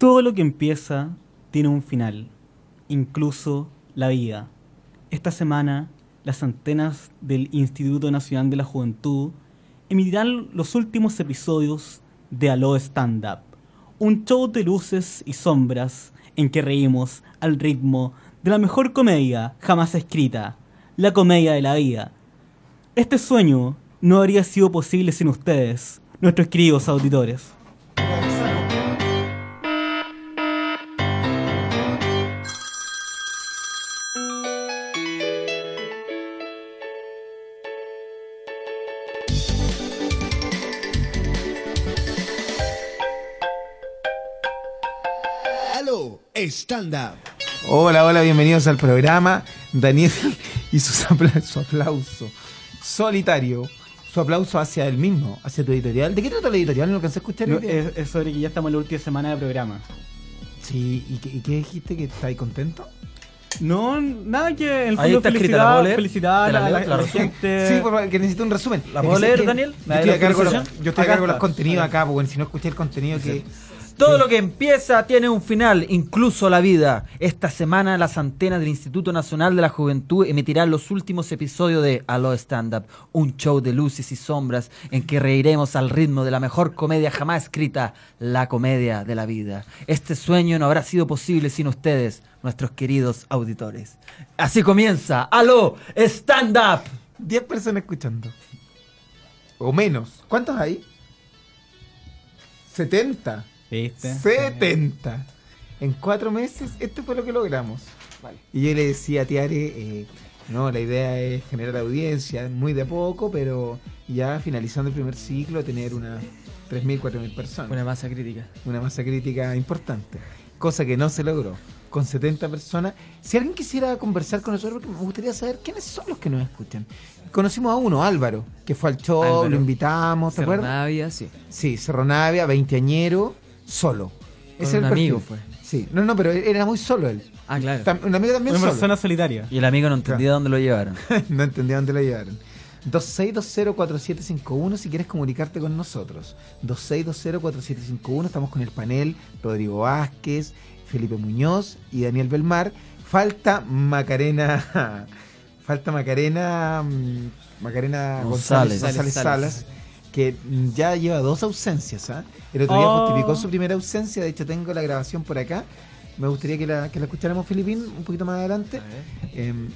Todo lo que empieza tiene un final, incluso la vida. Esta semana, las antenas del Instituto Nacional de la Juventud emitirán los últimos episodios de Aló Stand Up, un show de luces y sombras en que reímos al ritmo de la mejor comedia jamás escrita, la comedia de la vida. Este sueño no habría sido posible sin ustedes, nuestros queridos auditores. Aló, stand up. Hola, hola, bienvenidos al programa. Daniel y sus apla- su aplauso solitario, su aplauso hacia él mismo, hacia tu editorial. ¿De qué trata la editorial? ¿No alcancé a escuchar? No, eh, es, es sobre que ya estamos en la última semana de programa. Sí, ¿y qué, y qué dijiste? ¿Que estáis contento? No, nada que en el Ahí fondo está escrita, ¿la puedo felicidad, leer? felicidad a ¿Te la la, leo? la- ¿Te la la resumo? gente. Sí, porque necesito un resumen. ¿La Es puedo que sé leer, que Daniel? Yo ¿La estoy de a la cargo, de los- conversación? yo estoy a Acá cargo de los está. contenidos acá, porque bueno, si no escuché el contenido que... Todo lo que empieza tiene un final, incluso la vida. Esta semana las antenas del Instituto Nacional de la Juventud emitirán los últimos episodios de Aló Stand Up, un show de luces y sombras en que reiremos al ritmo de la mejor comedia jamás escrita, la comedia de la vida. Este sueño no habrá sido posible sin ustedes, nuestros queridos auditores. Así comienza Aló Stand Up. 10 personas escuchando. O menos. ¿Cuántos hay? 70. ¿Viste? 70. En cuatro meses, esto fue lo que logramos. Y yo le decía a Tiare, eh, no, la idea es generar audiencia, muy de a poco, pero ya finalizando el primer ciclo, tener unas 3.000, 4.000 personas. Una, masa crítica. masa crítica importante. Cosa que no se logró. Con 70 personas. Si alguien quisiera conversar con nosotros, porque me gustaría saber quiénes son los que nos escuchan. Conocimos a uno, Álvaro, que fue al show, Álvaro. lo invitamos, ¿te acuerdas? Navia, sí. Sí, Cerro Navia, veinteañero, solo. Con Ese un era el amigo perfil. Sí, no, no, pero era muy solo él. Ah, claro. Tam- un amigo también Una solo. persona solitaria. Y el amigo no entendía dónde lo llevaron. no entendía dónde lo llevaron. 26204751 si quieres comunicarte con nosotros. 26204751 estamos con el panel Rodrigo Vázquez, Felipe Muñoz y Daniel Belmar. Falta Macarena falta Macarena mm, Macarena González. González, González González Salas que mm, ya lleva dos ausencias, ¿ah? El otro día Oh. justificó su primera ausencia, de hecho tengo la grabación por acá. Me gustaría que la, que la escucháramos, Filipín, un poquito más adelante. Em,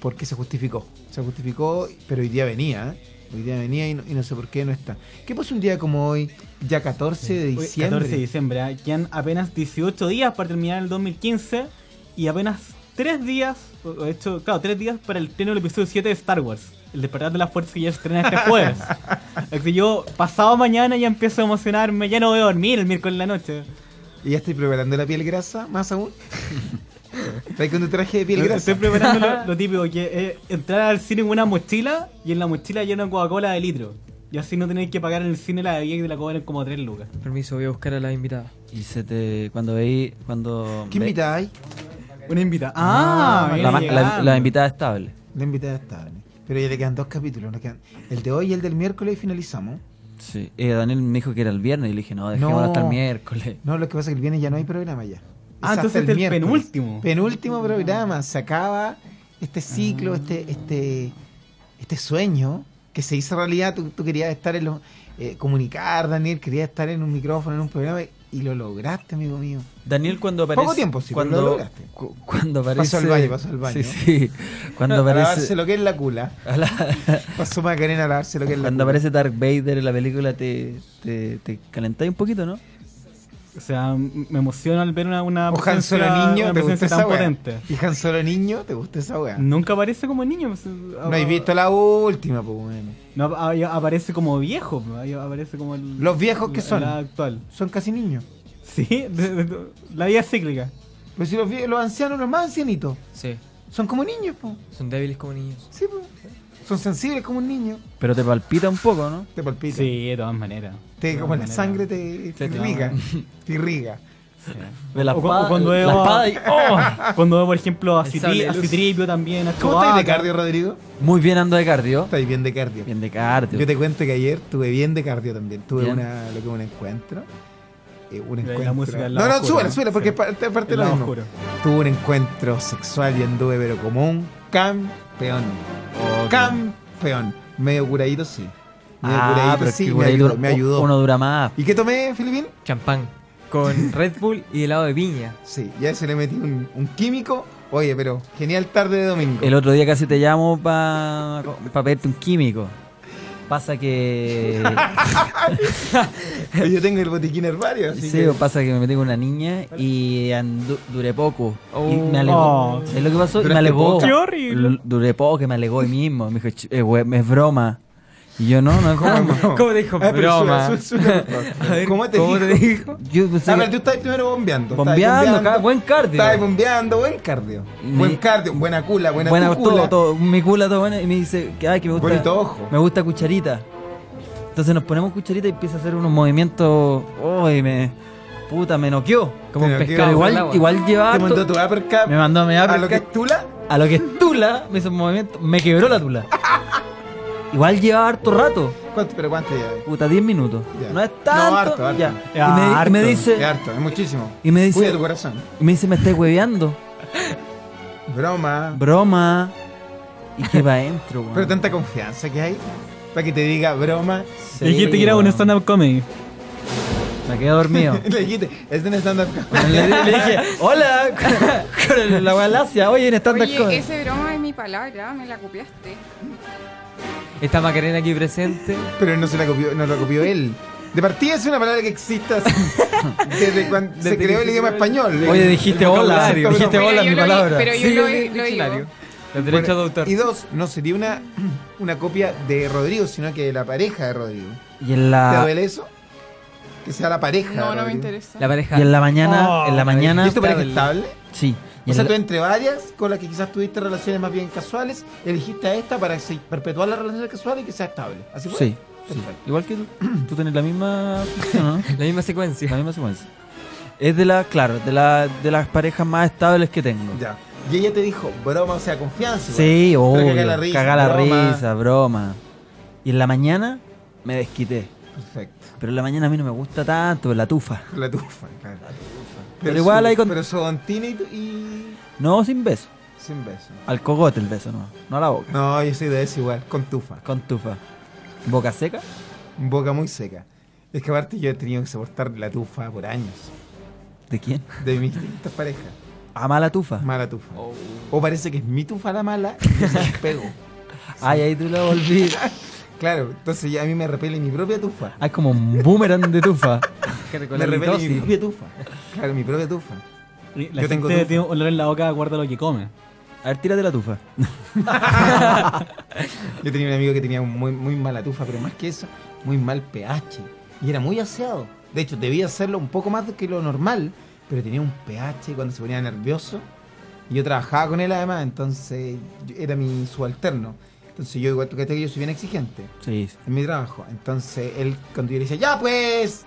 porque se justificó. Se justificó, pero hoy día venía. ¿eh? Hoy día venía y no, y no sé por qué no está. ¿Qué pasó un día como hoy, ya 14 de Hoy, diciembre? 14 de diciembre. ¿eh? Quedan apenas 18 días para terminar el 2015 y apenas 3 días, o- o de hecho, claro, 3 días para el estreno del episodio 7 de Star Wars. El despertar de la fuerza que ya se estrena este jueves. Así que yo, pasado mañana, ya empiezo a emocionarme. Ya no voy a dormir el miércoles en la noche. ¿Y ya estoy preparando la piel grasa, más aún? Traigo un traje de piel Yo grasa. Estoy preparando lo, lo típico, que es entrar al cine en una mochila y en la mochila llena de Coca-Cola de litro. Y así no tenéis que pagar en el cine la de 10 y te la cobran como 3 lucas. Permiso, voy a buscar a la invitada. Y se te. Cuando veí. Cuando ¿Qué ve- invitada hay? Una invitada. Ah, La, mira, ma- la- llegando. la invitada estable. La invitada está. ¿vale? Pero ya le quedan dos capítulos. nos quedan el de hoy y el del miércoles y finalizamos. Sí. Eh, Daniel me dijo que era el viernes y le dije, no, dejémoslo No. hasta el miércoles. No, lo que pasa es que el viernes ya no hay programa ya. Es Ah, entonces hasta este es el miércoles. penúltimo. Ah. Penúltimo programa. Se acaba este ciclo, este, este, este sueño que se hizo realidad. Tú, tú querías estar en los. eh, comunicar, Daniel, querías estar en un micrófono, en un programa, y lo lograste, amigo mío. Daniel cuando Poco aparece. tiempo, sí, pero cuando, lo lograste. cu- cuando aparece. Pasó al baño, pasó al baño. Sí, sí. Cuando Para aparece. lavarse lo que es la cula. a la- Pasó Macarena a lavarse lo que es la cuando cula. aparece Dark Vader en la película te, te, te calentáis un poquito, ¿no? O sea, m- me emociona al ver una, una O Han Solo niño, una ¿te gusta presencia esa tan weá? potente. Y Han Solo niño, ¿te gusta esa weá? Nunca aparece como niño. pues, No he ah, visto la última, pues bueno. no, ah, ya aparece como viejo. ah, ya Aparece como el- Los viejos que la- son. La actual. Son casi niños. Sí, de- de- de- la vida es cíclica. Pero si los, vie- los ancianos, los más ancianitos, Sí, son como niños, po. son débiles como niños. Sí, po. Son sensibles como un niño. Pero te palpita un poco, ¿no? Te palpita. Sí, de todas maneras. Te, De como la todas maneras. sangre te, te te- irriga. Te irriga. De la O cu- o espada. cuando la veo espada a- y- ¡oh! Ah. Cuando veo, por ejemplo, a El Citri- sable de a luz. Citripio también, a ¿Cómo estás de Chewbacca. cardio, Rodrigo? Muy bien ando de cardio. Estás bien de cardio. Bien de cardio. Yo te cuento que ayer tuve bien de cardio también. Tuve Bien. una, lo que es un encuentro. eh, un Ahí la encuentro. música al no, lado no, oscuro, súbela, ¿no? súbela, porque Sí. es parte, es parte de El lo lado mismo. oscuro. Tuve un encuentro sexual y anduve, pero como un campeón. Campeón. Medio curadito, sí. Medio Ah, pero es que sí, me por ahí ayudó. dura- me ayudó. uno dura más. ¿Y qué tomé, Filipín? Champán. Con Red Bull y helado de viña. Sí, ya se le metí un, un químico. Oye, pero genial tarde de domingo. El otro día casi te llamo para pa pedirte un químico. Pasa que. Yo tengo el botiquín herbario, así sí, pues, que... pasa que me metí con una niña y andu- duré poco. y Oh. me alegó. Oh. ¿Sabes lo que pasó? Y me Duraste alegó. poco. Qué horrible. L- Duré poco, que me alegó hoy mismo. Me dijo, "Ch- eh, güey, es broma. Y yo, no, no es broma. ¿Cómo dijo? Ah, pero Broma. sube, sube, sube. A ver, ¿Cómo te dijo? Yo pensé Ah, que- pero tú estás primero bombeando. estás Bombeando, ca- buen cardio. Estás bombeando, buen cardio. Me- Buen cardio, buena cula, buena, Buena, tu cula. todo, todo. Mi cula, todo bueno. Y me dice, que, ay, que me gusta. Bonito ojo. Me gusta cucharita. Entonces nos ponemos cucharita y empieza a hacer unos movimientos. ¡Uy, me. Puta, me noqueó! Como Pero un qué- pescado. Pero al igual, agua. igual llevaba. Te mandó harto- tu uppercut. Me mandó a mi a lo que uppercut. es tula. A lo que es Tula, me hizo un movimiento, me quebró la Tula. Igual llevaba harto rato, ¿Cuánto, pero cuánto ya? puta, 10 minutos. Ya. No es No, tanto. harto, harto. ya. Ya, Y me- y me, harto. Es dice, harto, es muchísimo. y me Cuida dice, tu corazón. y me dice, me estáis hueveando. Broma. Broma. Y que va adentro, weón. Pero tanta confianza que hay para que te diga broma. Sí, Le dijiste que era un weón. stand-up comedy. Me quedé dormido. Le dijiste, es un stand-up comedy. le, le dije, hola, con la galaxia, oye, en stand-up Oye, comedy. ese broma es mi palabra, me la copiaste. Esta Macarena aquí presente. Pero no se la copió, no la copió él. De partida es una palabra que existe hace- desde cuando se Desde que creó el se idioma creó el- español. Oye, El- dijiste el hola, vocabulario. dijiste Pero hola, yo mi lo- palabra. pero yo Sigue lo- el lo diccionario. digo. Los derechos Bueno, de autor. Y dos, no sería una, una copia de Rodrigo, sino que de la pareja de Rodrigo. Y en ¿Te la, duele eso? Que sea la pareja. de No, no me Rodrigo. interesa. La pareja. y en la mañana, Oh, en la mañana, ¿Y tu pareja estable? sí. Y O en sea, la- tú entre varias con las que quizás tuviste relaciones más bien casuales, elegiste a esta para se- perpetuar las relaciones casuales y que sea estable. ¿Así fue? Sí, Perfecto. Igual que tú, tú tenés la misma función, ¿no? La misma La secuencia. misma secuencia. Es de las, claro, de, la, de las parejas más estables que tengo. Ya. Y ella te dijo, broma, o sea, confianza. Sí, igual. Pero obvio. caga la risa, Caga la broma. risa, broma. Y en la mañana me desquité. Perfecto. Pero en la mañana a mí no me gusta tanto, la tufa. La tufa, claro. Pero igual su- ahí con- Pero sogontina y, tu- y... No sin beso. sin beso. Al cogote el beso, no. No a la boca. No, yo soy de eso igual, con tufa. Con tufa. Boca seca. Boca muy seca. Es que aparte yo he tenido que soportar la tufa por años. ¿De quién? De mis distintas parejas. Ama la tufa. Mala tufa. Oh. O parece que es mi tufa la mala y yo se las pego. Ay, ahí tú lo volví. Claro, entonces ya a mí me repele mi propia tufa. Hay como un boomerang de tufa. Gente con Me la repele mi mitosis. propia tufa. Claro, mi propia tufa. La Yo tengo gente tufa. tiene olor en la boca, guarda lo que come. A ver, tírate la tufa. Yo tenía un amigo que tenía un muy, muy mala tufa, pero más que eso, muy mal pH. Y era muy aseado. De hecho, debía hacerlo un poco más que lo normal, pero tenía un pH y cuando se ponía nervioso. Y yo trabajaba con él además, entonces yo- era mi subalterno. Entonces yo igual tú cachai que yo soy bien exigente Sí. sí. en mi trabajo. Entonces él, cuando yo le decía, ya pues,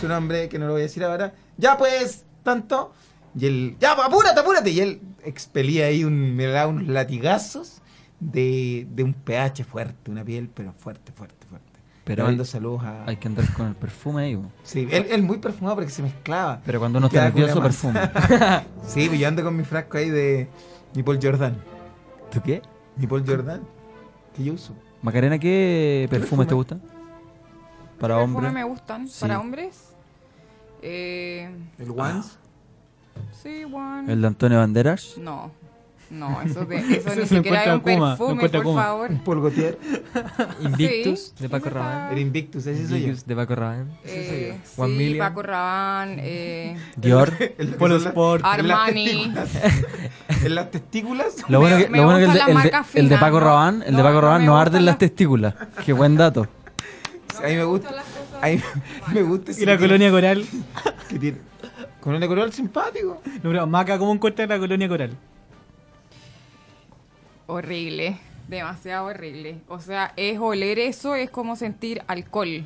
su nombre, que no lo voy a decir ahora, ya pues, tanto, y él, ya, pues, apúrate, apúrate, y él expelía ahí un, me daba unos latigazos de, de un pH fuerte, una piel, pero fuerte, fuerte, fuerte. Pero Pero hay- mando saludos a... Hay que andar con el perfume ahí, bo. Sí, él, él muy perfumado porque se mezclaba. Pero cuando uno está Queda con la nervioso, perfume. masa. Sí, pues yo ando con mi frasco ahí de mi Paul Jordan. ¿Tú qué? Mi Paul Jordan, que yo uso. Macarena, ¿qué perfumes te gustan? Para Perfume hombres. me gustan. Sí. Para hombres. Eh, El Ah. Once. sí, Juan. El de Antonio Banderas. No. No, eso, de, eso Ese ni se lo siquiera encuentra era un Kuma, lo perfume, encuentra por Kuma. favor. Paul Gaultier. Invictus Sí, de Paco me Rabanne. El Invictus, ese soy yo. Invictus de Paco Rabanne. Eh, sí, Juan Millian. Paco Rabanne, eh, Dior. En lo que Polo son las- Sport. Armani. En las testículas. En las testículas. Lo bueno que, me lo bueno que el, de, gustan el las de- marcas el de finas, Paco no- Rabán, el de no, Paco no Rabán me no gustan arden las las- testículas. Qué buen dato. a mí me gusta. todas las cosas. A mí me gusta ese Y la que- colonia coral. que tiene. Con un color simpático. No, pero Maca, ¿cómo encuentras la colonia coral? Horrible, demasiado horrible. O sea, es oler eso, es como sentir alcohol.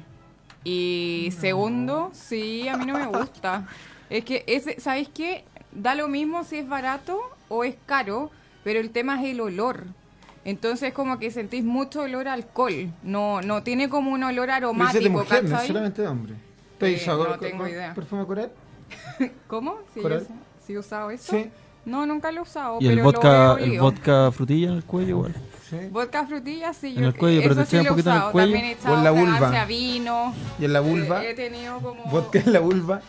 Y segundo, sí, a mí no me gusta. Es que, ese, ¿sabes qué? Da lo mismo si es barato o es caro, pero el tema es el olor. Entonces como que sentís mucho olor a alcohol. No, no tiene como un olor Pero ese es aromático, de mujer, no es ¿cachai? solamente de hombre. ¿Te Eh, usado no co- tengo co- idea. perfume coral? ¿Cómo? ¿Si, ¿Coral? yo- si he usado eso? Sí. No, nunca lo he usado. Y Oh, pero el lo vodka, he el olido. vodka frutilla en el cuello igual. Sí. Vodka frutilla, sí. En yo- el cuello, pero eso te sí echa un lo he poquito en el usado. cuello. También he O echado en la vulva. fragancia, vino. ¿Y en la vulva? He, he tenido como... ¿Vodka en la vulva?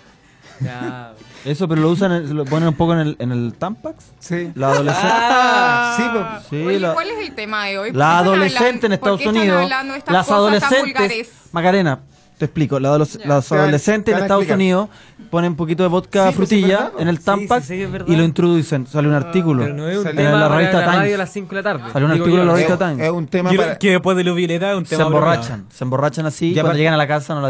Ya. Eso, pero lo usan, en- se lo ponen un poco en el, en el Tampax. Ah. Sí. La adolescente. Sí, pues. Ah. Sí, Oye, la- ¿cuál es el tema de hoy? ¿Por La qué están adolescente en hablando- por Estados qué están Unidos. hablando estas Las cosas tan adolescentes. vulgares? Macarena, te explico. la adoles- Ya. Las Te van- te adolescentes van en a Estados explicar. Unidos ponen un poquito de vodka Sí, pues sí, es frutilla verdad, en el sí, Tampax sí, sí, es verdad. y lo introducen. Sale Ah, un artículo. Pero no es un Salió tema en la para revista la Times. radio a las 5 de la tarde. Salió un Digo artículo yo, ¿eh? en la ¿no? revista Es, Times. es un tema Yo- para... Que después de la violeta es un tema Se broma. emborrachan. Se emborrachan así y Ya cuando pa- llegan a la casa no la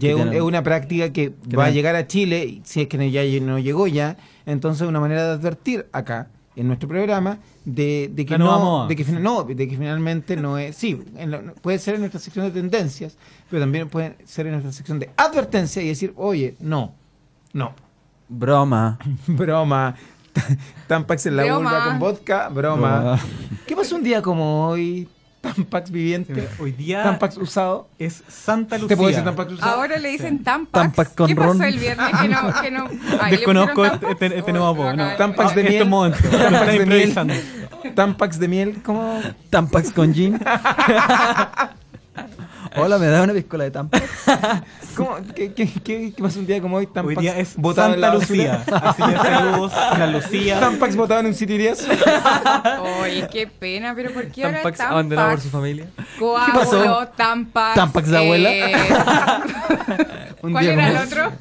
Ya que es, un- tienen- es una práctica que que va a tienen- llegar a Chile, y si es que no- ya no llegó ya, entonces una manera de advertir acá, en nuestro programa, de, de que, La nueva no, moda. de que, fina- no, de que finalmente no es... Sí, en la- puede ser en nuestra sección de tendencias, pero también puede ser en nuestra sección de advertencia y decir, oye, no, no, Broma. broma, Tampax en la Broma. vulva con vodka, broma. Broma. ¿Qué pasó un día como hoy? Tampax viviente, Hoy día Tampax usado. es Santa Lucía. ¿Te puedo decir Tampax usado? Ahora le dicen Tampax. Tampax con ¿Qué pasó ron. el viernes que no... Que no Ay, ¿le Desconozco pusieron este, Tampax? este, este Oh, nuevo apodo. acá no. el- Tampax de este miel. momento. Tampax Están de miel. improvisando. Tampax de miel, ¿cómo? Tampax con gin. Hola, me da una piscola de Tampax. ¿Cómo? ¿Qué, qué, qué, qué pasa un día como hoy? Hoy Tampax día es botado en Santa la Lucía. basura. Así que saludos, Santa Lucía. Tampax botado en un siriazo. Oye, qué pena, pero ¿por qué ahora Tampax Tampax? abandonado por su familia. Coágulo, Tampax. ¿Tampax de abuela? ¿Cuál era el otro?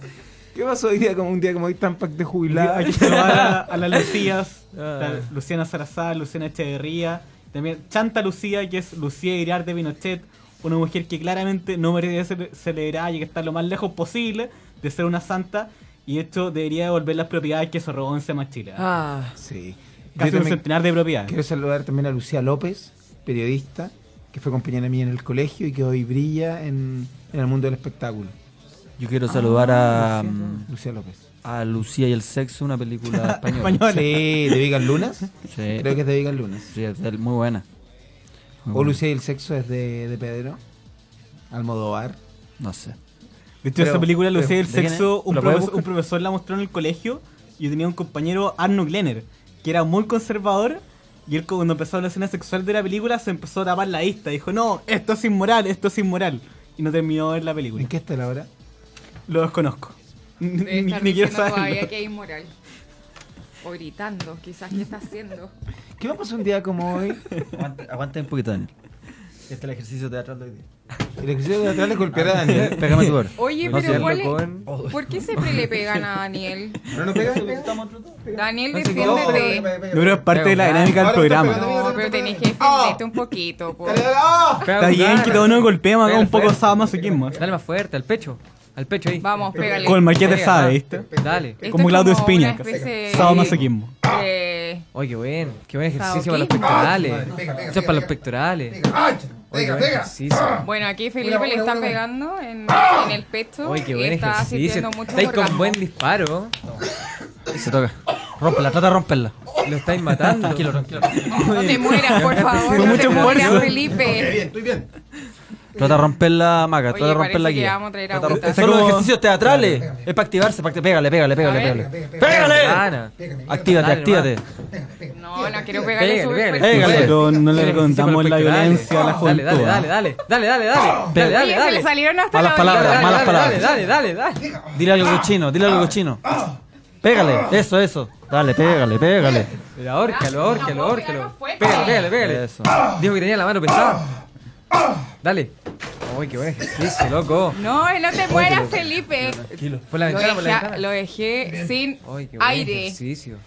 ¿Qué pasó hoy día como un día como hoy? Tampax de jubilada. Hay que saludar a, a las Lucías. la Luciana Salazar, Luciana Echeverría. También Chanta Lucía, que es Lucía Iriarte Pinochet. Una mujer que claramente no merece ser celebrada y que está lo más lejos posible de ser una santa. Y esto debería devolver las propiedades que se robó en Sema Chile. Ah. Sí. Yo Casi un también centenar de propiedades. quiero saludar también a Lucía López, periodista, que fue compañera mía en el colegio y que hoy brilla en, en el mundo del espectáculo. Yo quiero saludar a, Lucía López. a Lucía y el sexo, una película española. Española. Sí, de Vigan Lunas. Sí, Creo que es de Vigan Lunas. sí, es del- muy buena. Muy O buena. Lucía y el sexo es de, de Pedro. Almodóvar. No sé. De hecho, Pero- esa película Lucía pero, del ¿de quién Sexo, es? un ¿La puedes profesor, buscar? un profesor la mostró en el colegio y yo tenía un compañero, Arno Glenner, que era muy conservador y él cuando empezó la escena sexual de la película se empezó a tapar la vista. Dijo, no, esto es inmoral, esto es inmoral. Y no terminó de ver la película. ¿En qué está la hora? Lo desconozco. Ni, Debe estar ni quiero diciendo todavía saberlo. que hay inmoral. O gritando, quizás, ¿qué está haciendo? ¿Qué va a pasar un día como hoy? Aguante, aguante un poquito, Daniel. Este es el ejercicio teatral de hoy día. El ejercicio de atrás le golpeará a Daniel. Pégame tu oro. Oye, No pero hacerlo ¿cuál es- Oh. con- ¿por qué siempre le pegan a Daniel? Ah. ¿No nos pega? Daniel, No, defiéndete. No, pero es parte de la Ahora dinámica del está programa. pegando. No, pero tenés que defenderte un poquito. po. ¡Ah! Pega Está un bien gas. que todos nos golpeemos acá Pero, un poco pero, sadomasoquismo. Dale más fuerte, al pecho. Al pecho ahí. Vamos, pégale. Con el maquete Pega, sabe, ah. ¿viste? Dale. Esto Como es Claudio una Espiña. especie Eh, Sadomasoquismo. de- Oye, qué buen, qué buen ejercicio para los Sadoquismo. pectorales. Eso es para los pectorales. Oye, qué buen ejercicio. Bueno, aquí Felipe le está pegando en, Ah. en el pecho Oye, qué y buen está ejercicio. sintiendo mucho Estáis con orgasmo. buen disparo. Se toca. Rómpela, trata de romperla. Lo estáis matando. Tranquilo, tranquilo. No te mueras, por favor. Con no te mucho mueras, esfuerzo. Felipe. Trata de romperla, maca. Trata de Oye, romperla parece que aquí. ya vamos a traer Trata de agüita. romper- Son los ejercicios teatrales. eh. Es para activarse. Para... Pégale, pégale, pégale, A ver. pégale. ¡Pégale! Gana. Actívate, Dale, actívate. No, no quiero pegarle Pégale, su fuerte. pégale. Pégale. Nosotros no le Ejercicio recomendamos para la los violencia a la pectorales. juventud. Dale, ¿ah? dale, dale, dale, dale, dale, dale, Oye, dale, se le dale. salieron hasta Malas la palabras, orilla. malas palabras. Dale, dale, dale. dale. Dile algo cochino, dile algo cochino. Pégale, eso, eso. Dale, pégale, pégale. Pero ahórcalo, ahórcalo, No, no, ahórcalo. pégalo fuerte. Pégale, pégale, pégale. Eso. Dijo que tenía la mano pesada. Dale. Uy, qué buen ejercicio, loco. No, no te mueras, Felipe. Por la Lo ventana, por la dejé, ventana. lo dejé sin Ay, qué buen aire. ejercicio.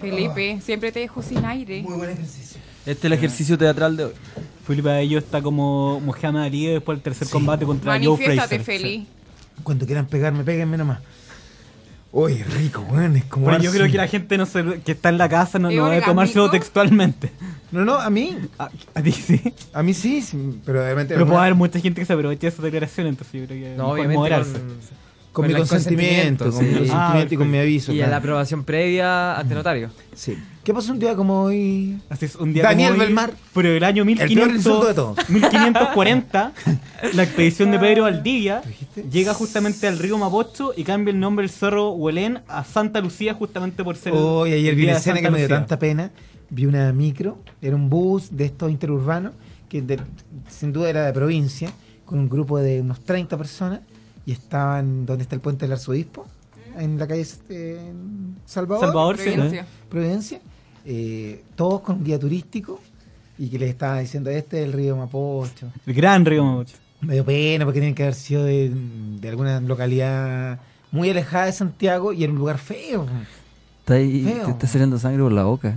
Felipe, siempre te dejo sin aire. Este es el ejercicio teatral de hoy. Felipe Abello está como Mohamed Ali después del tercer combate contra Joe Manifiéstate, Fraser. Feli. Cuando quieran pegarme, péguenme nomás. Oye, rico, weón. Es como. Pero yo darse- creo que la gente no se- que está en la casa no, ¿Es no debe orgánico? tomárselo textualmente. No, no, a mí. A, a ti sí. A mí sí, sí, pero realmente. Pero puede alguna- haber mucha gente que se aproveche de esa declaración, entonces yo creo que No, mejor obviamente. moderarse. con- Con mi el consentimiento, con mi sí. consentimiento y con mi aviso. Y claro. la aprobación previa ante notario. Sí. ¿Qué pasó un día como hoy? Así es, un día Daniel como hoy, Belmar. Por el año peor insulto de 1500, todos. 1540, la expedición de Pedro Valdivia llega justamente al río Mapocho y cambia el nombre del cerro Huelén a Santa Lucía justamente por ser. Hoy, ayer vi día una de escena Santa que me dio Lucía. tanta pena. Vi una micro, era un bus de estos interurbanos, que de- sin duda era de provincia, con un grupo de unos 30 personas, y estaban donde está el puente del arzobispo, en la calle este, en Salvador, Salvador, sí. ¿eh? Provincia. Providencia, eh, todos con un guía turístico, y que les estaba diciendo, este es el río Mapocho. El gran río Mapocho. Me dio pena porque tienen que haber sido de, de alguna localidad muy alejada de Santiago y era un lugar feo. Está ahí, Feo. te está saliendo sangre por la boca.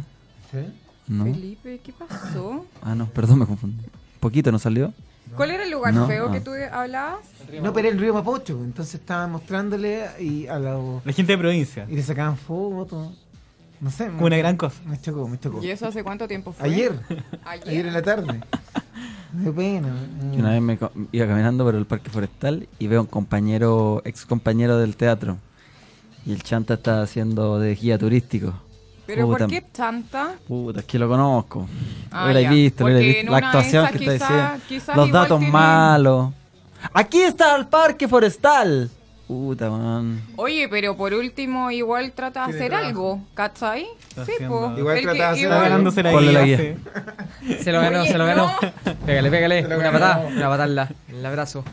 No. Felipe, ¿qué pasó? Ah, no, perdón, me confundí. Poquito no salió. ¿Cuál era el lugar No, feo ah. que tú hablabas? No, pero era el río Mapocho. pues, Entonces estaban mostrándole y a los. La gente de provincia. Y le sacaban fotos. No sé. Como una gran cosa. Me chocó, me chocó. ¿Y eso hace cuánto tiempo fue? Ayer, Ayer. ayer en la tarde. Me dio pena. Y una vez me co- iba caminando por el parque forestal y veo a un compañero, ex compañero del teatro. Y el chanta está haciendo de guía turístico. ¿Pero Puta, por qué tanta? Puta, es que lo conozco. Ah, lo hubiera ya. visto, lo Porque en hubiera visto. La una de actuación esas que está quizá- diciendo. quizás Los igual datos tiene- malos. Aquí está el parque forestal. Puta, man. Oye, pero por último igual trata de hacer algo, ¿cachai? Está Sí, haciendo- po. Igual El trata que- de hacer Está Igual. ganándose la Ponle guía. la sí. Se lo ganó, Oye, se lo ganó. no. Pégale, pégale. lo Una ganó. patada, una patada en, la- en el abrazo.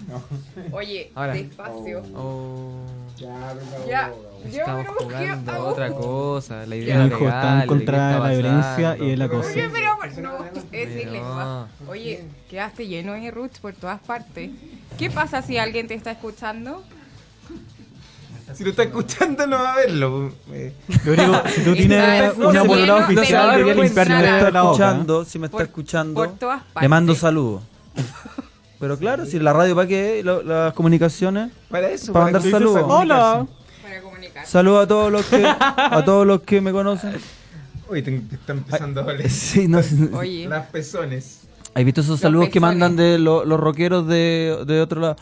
Oye, Ahora. despacio. Oh, Ya, yo estamos pero ¿qué jugando hago? otra cosa. La idea El legal, hijo está en de contra qué de está la violencia pasando. y el acoso. Oye, pero por- no es sin Pero- lengua. Oye, quedaste lleno de roots por todas partes. ¿Qué pasa si alguien te está escuchando? Si lo está escuchando, no va a verlo. Eh, Yo digo, si tú Está tienes lleno una de pololada lleno de oficial, deberías vergüenza. limpiarle el resto de la boca. escuchando, si me está Por- escuchando, por todas le mando partes. saludos. Pero claro, si la radio para qué, Lo- las comunicaciones. para eso. Para mandar que empiece saludos. a comunicarse. Hola. Para comunicar. Saludos a todos los que a todos los que me conocen. Uy, te, te están empezando a doler Sí, no, Oye, las pezones. ¿Has visto esos Los ¿eh? saludos que pezones. mandan de lo- los rockeros de, de otro lado?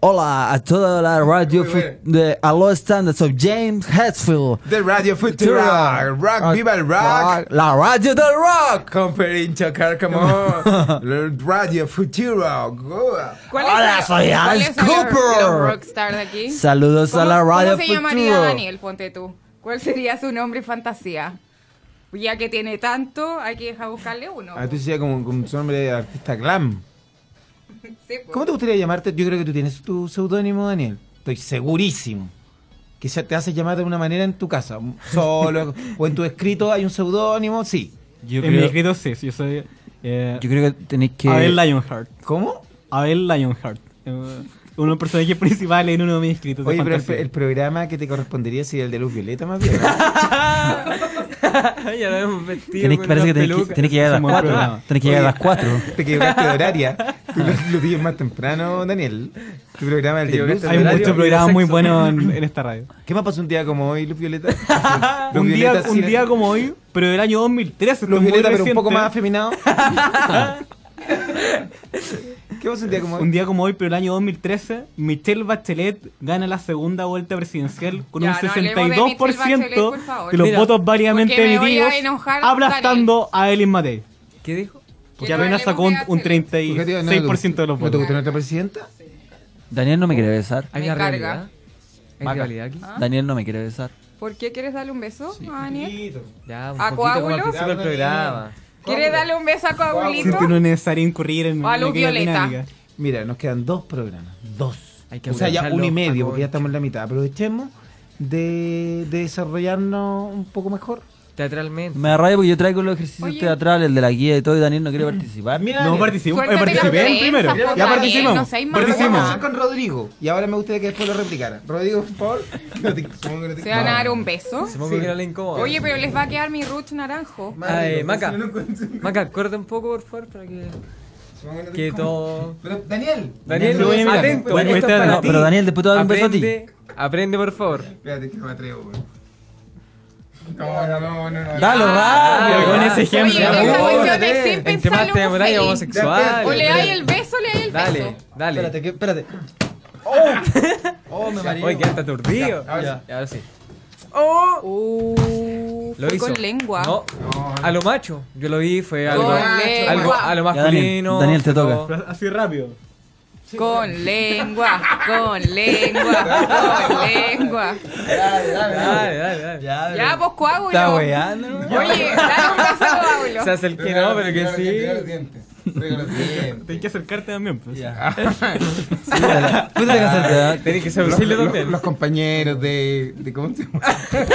Hola a toda la radio Muy fu- bien. de A Low Standards of James Hetfield. The Radio Futura. Rock, viva el rock. La radio del rock. Comparing chocar como Radio Futuro. Goa. ¿cuál Hola, el- soy cuál Alice es el- Cooper. el rockstar de aquí? Saludos a ¿Cómo, la radio ¿Cómo se llamaría Futuro. Daniel, ponte tú? ¿Cuál sería su nombre fantasía? Ya que tiene tanto, hay que dejar buscarle uno. Ah, tú decías como, como su nombre de artista glam. Sí, pues. po. ¿Cómo te gustaría llamarte? Yo creo que tú tienes tu seudónimo, Daniel. Estoy segurísimo. Que se- te haces llamar de una manera en tu casa, solo, o en tu escrito hay un seudónimo, sí. Yo En mi creo, escrito sí, yo soy eh, yo creo que tenéis que Abel Lionheart. ¿Cómo? Abel Lionheart. eh, Uno de los personajes principales en uno de mis escritos de Oye, pero el, fantasía. el programa que te correspondería sería el de Luz Violeta más bien. ya lo hemos vestido. tenéis que- con parece que una tenéis que, peluca. tenéis que llegar a Es un buen las 4. programa. Tenéis que llegar a las 4. Te equivocaste de horaria. Tú lo, lo tienes más temprano, Daniel. Tu programa el Te de Luz. equivocaste Hay Violeta. el horario y muchos el programas muy sexo. buenos en, en esta radio. ¿Qué más pasó un día como hoy, Luz Violeta? Luz Un día, Violeta, un sí, día como hoy, pero del año 2013. esto Luz es muy Violeta, pero un reciente. poco más afeminado. ¿Qué pasó un día como hoy? Un día como hoy, pero el año 2013, Michelle Bachelet gana la segunda vuelta presidencial con Ya, un no hablemos de Michelle 62% Bachelet, por favor. de los Mira, votos válidamente porque me voy a emitidos, enojar, aplastando a Elin Matei, ¿Qué dijo? Que que no apenas sacó un, hablemos de un Bachelet. 36% de los ¿No te votos. gustó nuestra presidenta? Daniel no me quiere besar. Hay Me una carga. realidad. Hay Maca. realidad aquí. ¿Ah? Daniel no me quiere besar. ¿Por qué quieres darle un beso a Daniel? Ya, un ¿A poquito como al coágulos? principio del programa. ¿Quieres darle un beso a Coagulito? Siento que no es necesario incurrir en, O a en Luz aquella Violeta. dinámica. Mira, nos quedan dos programas. Dos. Hay que o sea, ya aprovecharlo, uno y medio, Paco. porque ya estamos en la mitad. Aprovechemos de, de desarrollarnos un poco mejor. Teatralmente. Me da rabia porque yo traigo los ejercicios Oye. teatrales, el de la guía y todo, y Daniel no quiere participar. No participé, Suéltate eh, participé las en primero. trenzas, po, Ya Daniel, participamos. pues, no seas malo. participamos. Vamos con Rodrigo. Y ahora me gustaría que después lo replicara. Rodrigo, por favor. No te- supongo que no te- ¿Se van a dar un beso? Supongo que no le incomoda. Oye, pero les va a quedar mi ruch naranjo. Ay, Ah, eh, Maca. Maca, corta un poco, por favor, para que. Supongo que no te- Que todo. Pero, Daniel. Daniel, Lo voy a mirar. atento. Voy a esto es estar- para no, ti. pero Daniel, después te voy a dar un beso a ti. Aprende, aprende, por favor. Espérate, que no me atrevo, güey. No, no, no, no. no. Dalo rápido. Ah, Pero con ya. ese Oye, ejemplo. Oye, esa amor, cuestión es dale. sin Entre más pensarlo pues, te uno demoráis feliz. homosexual. O le dais el beso, le dais el beso. Dale, dale. Espérate, que, espérate. Oh, me mareé. Oye, quedaste aturdido. Ya, ahora Ya, ahora sí. Uh, Lo fue hizo. con lengua. No, a lo macho. Yo lo vi, fue algo, Con lengua. algo a Ya, lo Daniel, masculino. Daniel, te fue toca. todo- Así rápido. Con lengua, con lengua, con lengua. Dale, dale, dale. Ya, pues coágulo. Está weando, ¿no? Oye, dale un beso a coágulo. Se hace el que no, pero que sí. Tienes que acercarte también. pues. Puta que hacer- Tenés que ser auxilio también. Los compañeros de. de ¿Cómo se llama? Pero,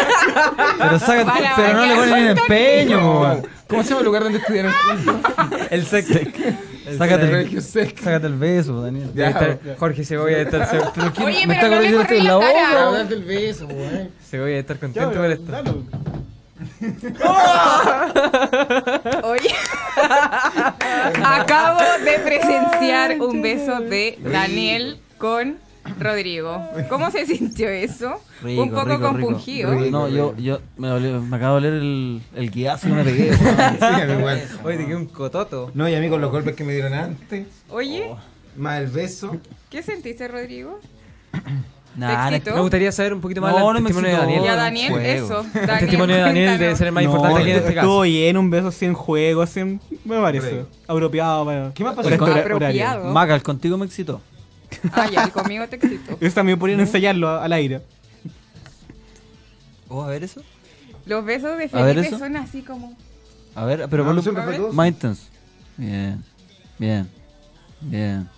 sacan- Para pero no le bañar ponen el con empeño, weón. ¿Cómo se llama el lugar donde estudiaron? El sexo. El Sácate, el- colegio sec. sácate el beso, Daniel. Ya, Debe estar- Jorge Segovia debe estar, se- Oye, me está pero no le corriendo este corrí en la la boca, para cara. hablar del beso, weón. Segovia debe estar contento por esto. Oye. Acabo de presenciar un beso de Daniel con Rodrigo. ¿Cómo se sintió eso? Rico, un poco rico, rico, compungido. rico. No, yo, yo me, dolió- me acaba de doler el, el guiazo que me pegué. weón. Sí, a mí igual. Oye, te quedó un cototo. No, y a mí con los golpes que me dieron antes, Oh. Oye, más el beso. ¿qué sentiste, Rodrigo? ¿Te Nah, no- excitó? Me gustaría saber un poquito más No, del no me testimonio de excitó. Daniel. Y a un Daniel, juego. eso. El testimonio de Daniel debe ser el más No, importante aquí en este estuvo caso. bien, un beso así en juego, así en, me parece. Apropiado para. ¿Qué más pasó? para este hora- horario. Apropiado. Macal, contigo me excitó. em- Ah, ya, y conmigo te excitó. Eso también podrían ensayarlo a- al aire. ¿Vos a ver eso? Los besos de A ver Felipe eso. son así como. A ver, pero No, ponlo no siempre fue todo. más intenso. Bien, bien, bien.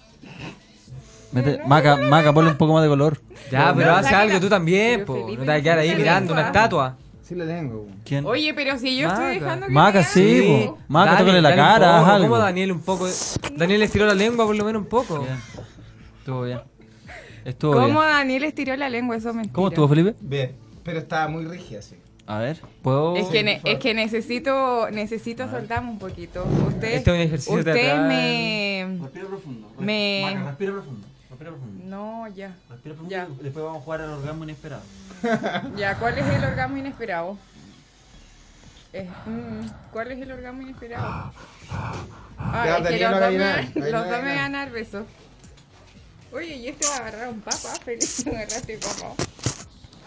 Mete- Maca, Maca, ponle un poco más de color. Ya, pero No, hace sáquela. algo tú también, Pero po. No Felipe te vas a quedar no ahí tiene mirando una lengua. estatua. Sí, la lengua, weón. ¿Quién? Oye, pero si yo estoy Maca. dejando que. Maca, me sí, hagan. po. Maca, tócale la cara, un poco, haz algo. ¿Cómo Daniel un poco? Daniel estiró la lengua por lo menos un poco. Bien. Estuvo bien. Estuvo ¿Cómo bien. Daniel estiró la lengua? Eso es mentira. ¿Cómo estuvo, Felipe? Bien, pero estaba muy rígida, sí. A ver, ¿puedo...? Es que, ne- es que necesito, necesito soltarme un poquito. Usted, Este es un ejercicio usted teatral. me, Respira profundo. Me- Maca, respira profundo. Respira profundo. No, ya. Respira profundo Ya. Después vamos a jugar al orgasmo inesperado. Ya, ¿cuál es el orgasmo inesperado? Es- mm, ¿Cuál es el orgasmo inesperado? Ah, Ya, es que Daniel, los ahora dos me bailar, van- los bailar, dos me bailar. van a dar besos. Oye, y este va a agarrar un papá, feliz, agarraste papá.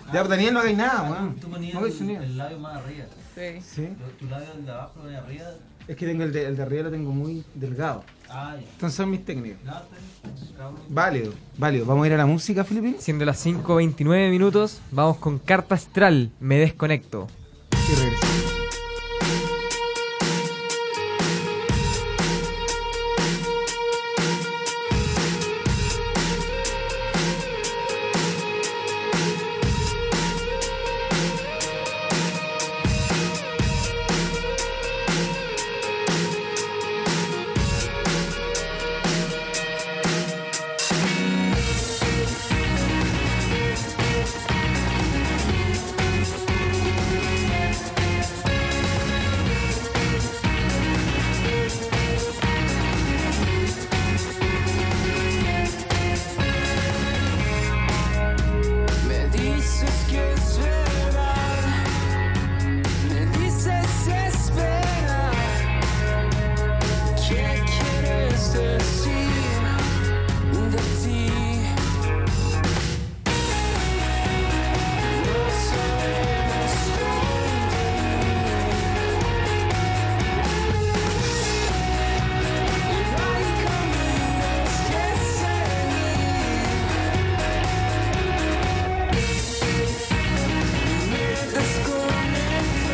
Ya, pero Daniel no hagáis nada, weón. Tú No hagáis ponías el, sonido. el labio más arriba. Sí. Sí. Tu- Tu labio de abajo, de arriba. Es que tengo el de, el de arriba lo tengo muy delgado. Ah, ya. Entonces son mis técnicas. No, está bien. Cada uno- Válido, válido. ¿Vamos a ir a la música, Filipinas? Siendo las 5.29 minutos, vamos con carta astral. Me desconecto. Y regresamos. Me dices que es verdad, me dices espera. ¿Qué quieres decir de ti? No sabemos dónde ir. No hay caminos que seguir. Desconecto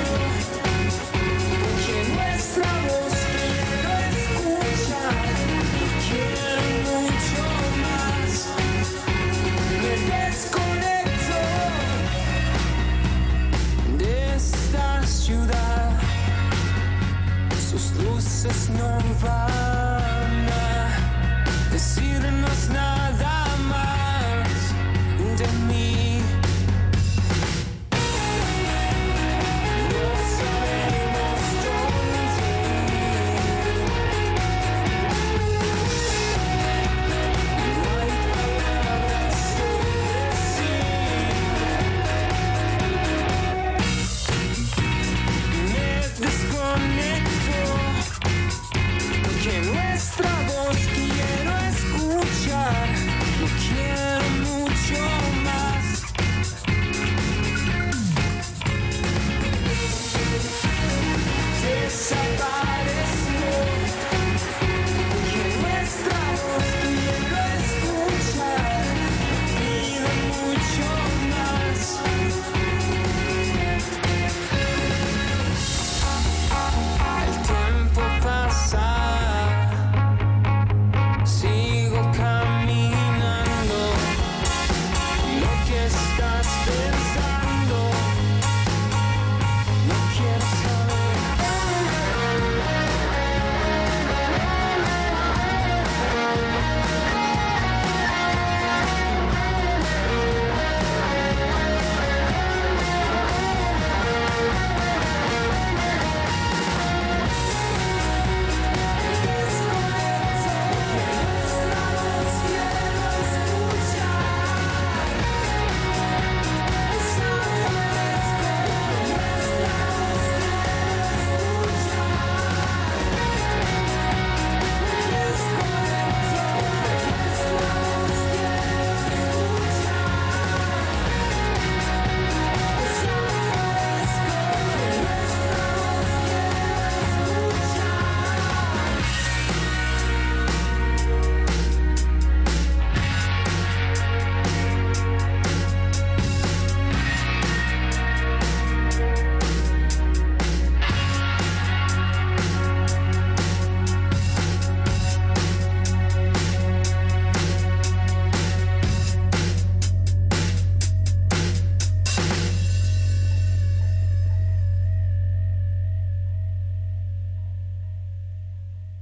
porque nuestra voz no escucha y quiero mucho más. Me desconecto de esta ciudad. Sus luces no van a decirnos nada más de mí. No sabemos dónde ir. No hay palabras que decir. Me desconecto porque nuestra voz quiero escuchar.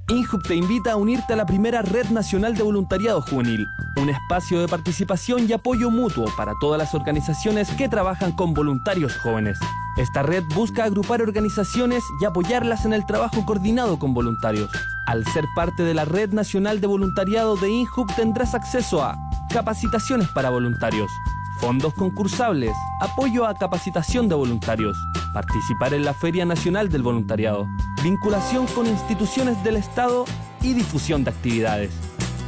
INHUB te invita a unirte a la primera Red Nacional de Voluntariado Juvenil, un espacio de participación y apoyo mutuo para todas las organizaciones que trabajan con voluntarios jóvenes. Esta red busca agrupar organizaciones y apoyarlas en el trabajo coordinado con voluntarios. Al ser parte de la Red Nacional de Voluntariado de INHUB tendrás acceso a capacitaciones para voluntarios, fondos concursables, apoyo a capacitación de voluntarios, participar en la Feria Nacional del Voluntariado, vinculación con instituciones del Estado y difusión de actividades.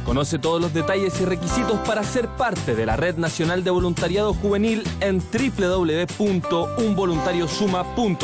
Conoce todos los detalles y requisitos para ser parte de la Red Nacional de Voluntariado Juvenil en www.unvoluntariosuma.cl.